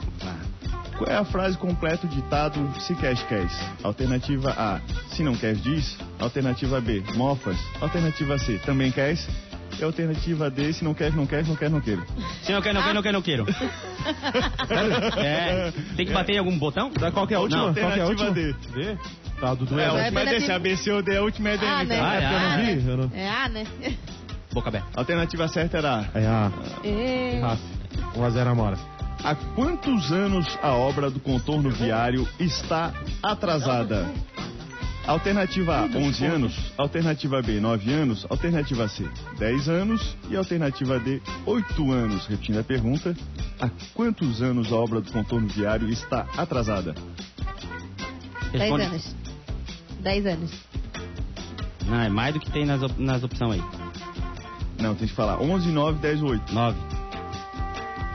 [SPEAKER 1] Qual é a frase completa do ditado se queres, queres? Alternativa A, se não queres, diz. Alternativa B, mofas. Alternativa C, também queres. E alternativa D, se não queres, não queres, não queres, não queres.
[SPEAKER 4] Se não quer, não quer, não quer, não quero. É. Tem que bater em algum botão?
[SPEAKER 2] Qual que é a última?
[SPEAKER 4] Não,
[SPEAKER 2] Qual que é a última?
[SPEAKER 1] alternativa
[SPEAKER 2] D. Tá, Dudu
[SPEAKER 1] É, a
[SPEAKER 2] é,
[SPEAKER 1] última é
[SPEAKER 3] alternativa-
[SPEAKER 1] desse, a B, C ou D, a última é D. né,
[SPEAKER 3] Ah, né?
[SPEAKER 1] cara?
[SPEAKER 4] Ah, é,
[SPEAKER 2] eu não
[SPEAKER 3] né?
[SPEAKER 2] vi, eu não-
[SPEAKER 3] É, ah, né?
[SPEAKER 4] Boca aberta.
[SPEAKER 1] Alternativa certa era
[SPEAKER 2] é a
[SPEAKER 3] É.
[SPEAKER 2] Rafa. 1x0 Amora.
[SPEAKER 1] Há quantos anos a obra do contorno viário está atrasada? Alternativa A, 11 anos. Alternativa B, 9 anos. Alternativa C, 10 anos. E alternativa D, 8 anos. Repetindo a pergunta, há quantos anos a obra do contorno viário está atrasada?
[SPEAKER 3] Dez
[SPEAKER 4] Responde.
[SPEAKER 3] anos. Dez anos.
[SPEAKER 4] Não, é mais do que tem nas, op- nas opções aí.
[SPEAKER 1] Não, tem que falar 11, 9, 10, 8.
[SPEAKER 4] Nove.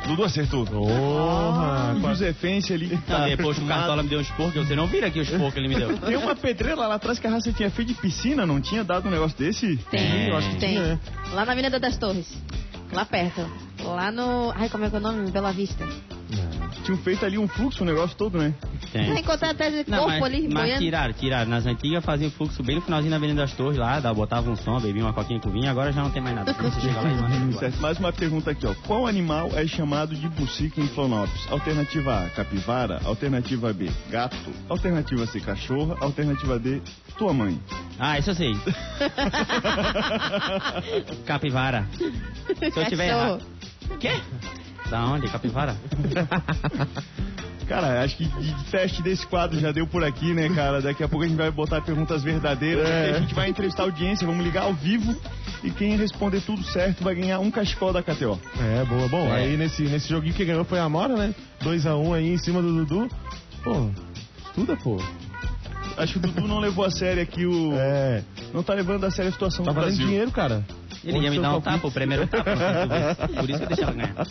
[SPEAKER 1] Dudu acertou.
[SPEAKER 2] Porra!
[SPEAKER 1] O
[SPEAKER 2] quase-
[SPEAKER 1] Josefense ali.
[SPEAKER 4] Tá,
[SPEAKER 1] tá
[SPEAKER 4] depois que o
[SPEAKER 1] acostumado.
[SPEAKER 4] Cartola me deu um esporro, que você não vira aqui o esporro que ele me deu.
[SPEAKER 1] Tem uma pedreira lá atrás que a raça tinha feito de piscina, não tinha dado um negócio desse?
[SPEAKER 3] Tem,
[SPEAKER 4] eu acho que
[SPEAKER 3] tem.
[SPEAKER 1] né?
[SPEAKER 2] tinha,
[SPEAKER 4] É.
[SPEAKER 3] Lá na Avenida das Torres. Lá perto. Lá no. Ai, como é que é o nome? Bela Vista.
[SPEAKER 1] Tinham feito ali um fluxo, o negócio todo, né?
[SPEAKER 3] Vai
[SPEAKER 4] Tem.
[SPEAKER 3] encontrar até de
[SPEAKER 4] É. Não,
[SPEAKER 3] corpo ali,
[SPEAKER 4] mas, mas
[SPEAKER 3] boiando.
[SPEAKER 4] tiraram, tiraram. Nas antigas faziam fluxo bem no finalzinho da Avenida das Torres lá, dá- botavam um som, bebiam uma coquinha com vinho, agora já não tem mais nada. Você chega lá e manda embora.
[SPEAKER 1] Certo, mais uma pergunta aqui, ó. Qual animal é chamado de bucica em Florianópolis? Alternativa A, capivara. Alternativa B, gato. Alternativa C, cachorra. Alternativa D, tua mãe.
[SPEAKER 4] Ah, isso eu sei. Capivara. Se eu tiver
[SPEAKER 3] Cachorro.
[SPEAKER 4] errado. Quê? Da onde? Capivara?
[SPEAKER 1] Cara, acho que de teste desse quadro já deu por aqui, né, cara? Daqui a pouco a gente vai botar perguntas verdadeiras.
[SPEAKER 2] É.
[SPEAKER 1] e A gente vai entrevistar a audiência, vamos ligar ao vivo. E quem responder tudo certo vai ganhar um cachecol da KTO.
[SPEAKER 2] É, boa. Bom,
[SPEAKER 4] É.
[SPEAKER 2] aí nesse, nesse joguinho que ganhou foi a Amora, né? 2x1 aí em cima do Dudu. Pô, estuda, pô.
[SPEAKER 1] Acho que o Dudu não levou a sério aqui o...
[SPEAKER 2] É,
[SPEAKER 1] Não tá levando a sério a situação
[SPEAKER 2] tá
[SPEAKER 1] do
[SPEAKER 2] valendo
[SPEAKER 1] Brasil.
[SPEAKER 2] dinheiro, cara.
[SPEAKER 4] Ele
[SPEAKER 2] Onde
[SPEAKER 4] ia me
[SPEAKER 2] seu
[SPEAKER 4] dar um
[SPEAKER 2] palpite?
[SPEAKER 4] tapa, o primeiro tapa. não sei se eu vi. Por isso que eu deixei ela ganhar.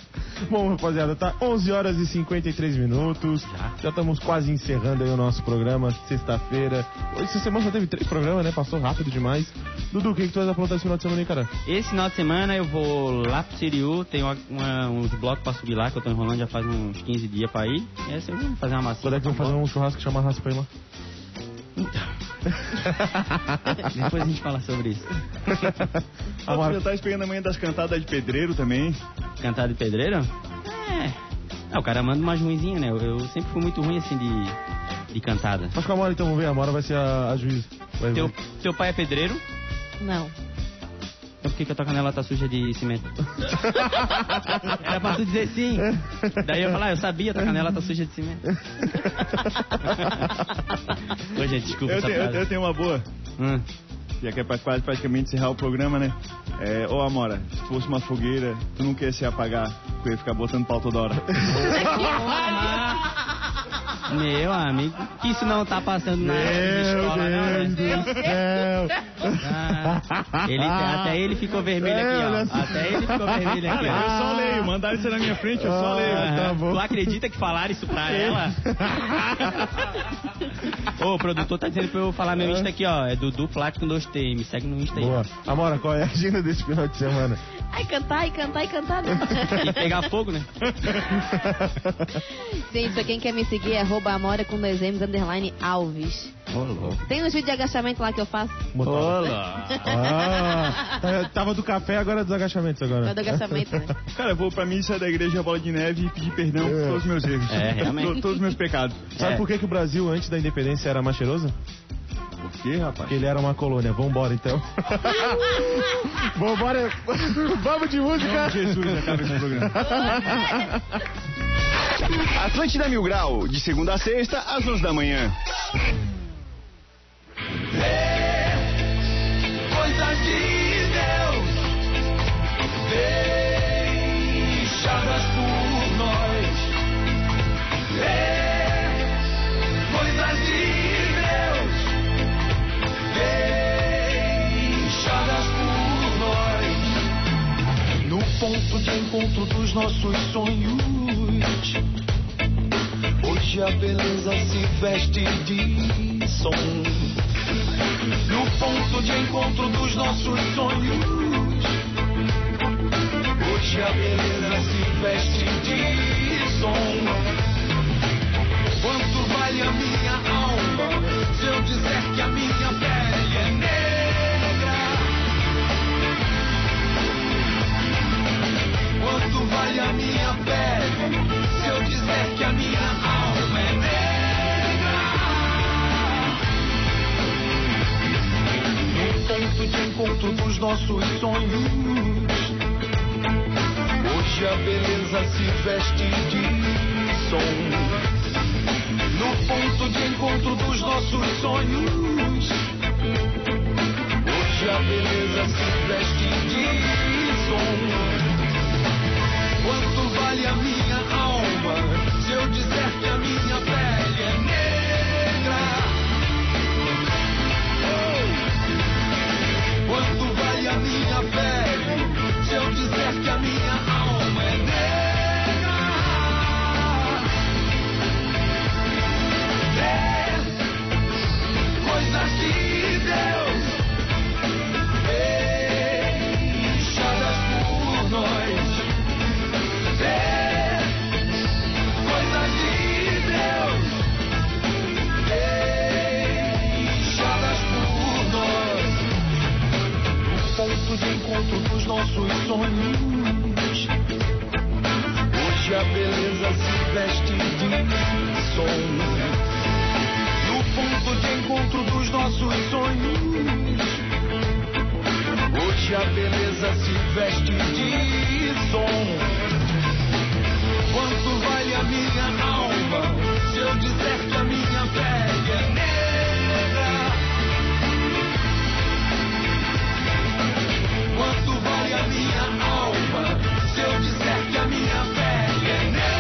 [SPEAKER 2] Bom, rapaziada, tá 11 horas e 53 minutos.
[SPEAKER 4] Já.
[SPEAKER 2] Já estamos quase encerrando aí o nosso programa, sexta-feira. Essa semana já teve três programas, né? Passou rápido demais. Dudu, o que, que tu vai aprontar esse final de semana aí, cara?
[SPEAKER 4] Esse final de semana eu vou lá pro Siriu, tem uma- uma- uns blocos pra subir lá, que eu tô enrolando já faz uns 15 dias pra ir. E essa eu vou fazer uma massinha.
[SPEAKER 2] Quando é que vão fazer um churrasco e chamar a raça pra ir lá?
[SPEAKER 4] tá Depois a gente fala sobre isso.
[SPEAKER 1] Amor.
[SPEAKER 2] Amora,
[SPEAKER 1] Já tá esperando amanhã das cantadas de pedreiro também.
[SPEAKER 4] Cantar de pedreiro? É. Ah, o cara manda umas ruinzinhas, né? Eu, eu sempre fui muito ruim assim de, de cantada.
[SPEAKER 2] mas com a Amora então, vamos ver. A Amora vai ser a, a juíza. Vai
[SPEAKER 4] Teu,
[SPEAKER 2] ver.
[SPEAKER 4] teu pai é pedreiro?
[SPEAKER 3] Não.
[SPEAKER 4] Então por que, que a tua canela tá suja de cimento? Era pra tu dizer sim. Daí eu ia falar, eu sabia, tua canela tá suja de cimento. Ô, gente, desculpa
[SPEAKER 1] Eu,
[SPEAKER 4] essa
[SPEAKER 1] tenho- eu-
[SPEAKER 4] piada.
[SPEAKER 1] eu tenho uma boa.
[SPEAKER 4] Hum.
[SPEAKER 1] Já que é pra quase praticamente encerrar o programa, né? É, ô Amora, se fosse uma fogueira, tu não quer se apagar, tu ia ficar botando pau toda hora.
[SPEAKER 4] Ah. Meu amigo, que isso não tá passando na escola, não, né?
[SPEAKER 2] Deus do céu.
[SPEAKER 4] Ah, ele, até ele ficou vermelho
[SPEAKER 2] É, olha
[SPEAKER 4] aqui,
[SPEAKER 2] só.
[SPEAKER 4] ó. Até ele ficou vermelho aqui,
[SPEAKER 1] Eu
[SPEAKER 4] ó.
[SPEAKER 1] só leio, mandaram isso na minha frente, eu só leio.
[SPEAKER 2] Ah, tá bom.
[SPEAKER 4] é.
[SPEAKER 2] É.
[SPEAKER 4] Tu acredita que falaram isso pra ela? Ô, o produtor tá dizendo pra eu falar meu Insta aqui, ó. É Dudu Plat com 2T. Me segue no Insta aí.
[SPEAKER 2] Boa. Amora, qual é a agenda desse final de semana?
[SPEAKER 3] Ai, cantar, e cantar, e cantar. não.
[SPEAKER 4] E pegar fogo, né?
[SPEAKER 3] Gente, pra quem quer me seguir, é arroba amora com dois M's, underline Alves. Tem uns vídeos de agachamento lá que eu faço.
[SPEAKER 4] Olá.
[SPEAKER 2] Ah, tá- tava do café, agora é dos agachamentos agora.
[SPEAKER 3] Meu do agachamento, né?
[SPEAKER 1] Cara, eu vou pra missa da igreja Bola de Neve e pedir perdão por todos os meus erros.
[SPEAKER 4] É, realmente.
[SPEAKER 1] Por Todos os meus pecados.
[SPEAKER 2] Sabe
[SPEAKER 4] É.
[SPEAKER 2] por que, que o Brasil, antes da independência, era mais cheiroso?
[SPEAKER 1] Por quê, rapaz?
[SPEAKER 2] Porque ele era uma colônia. Vambora, então. Vambora. Vamos de música.
[SPEAKER 1] Jesus, acaba esse programa. Atlântida Mil Grau, de segunda a sexta, às 11 da manhã.
[SPEAKER 8] Coisas de Deus, deixadas por nós. É, coisas de Deus, deixadas por nós.
[SPEAKER 7] ponto de encontro dos nossos sonhos. Hoje a beleza se veste de som. No ponto de encontro dos nossos sonhos. Hoje a beleza se veste de som. Quanto vale a minha alma se eu disser que a minha pele é negra? Quanto vale a minha pele se eu disser que a minha alma é negra? No ponto de encontro dos nossos sonhos, hoje a beleza se veste de som no ponto de encontro dos nossos sonhos. Hoje a beleza se veste de som. Quanto vale a minha alma se eu disser que a minha pele é negra? Oh! Quanto vale a minha pele se eu disser que a minha alma é negra? coisas que Deus deixadas por nós. É, coisas de Deus deixadas por nós. O ponto de encontro dos nossos sonhos. Hoje a beleza se veste de sono no ponto de encontro dos nossos sonhos. Hoje a beleza se veste de som. Quanto vale a minha alma se eu disser que a minha pele é negra? Quanto vale a minha alma se eu disser que a minha pele é negra?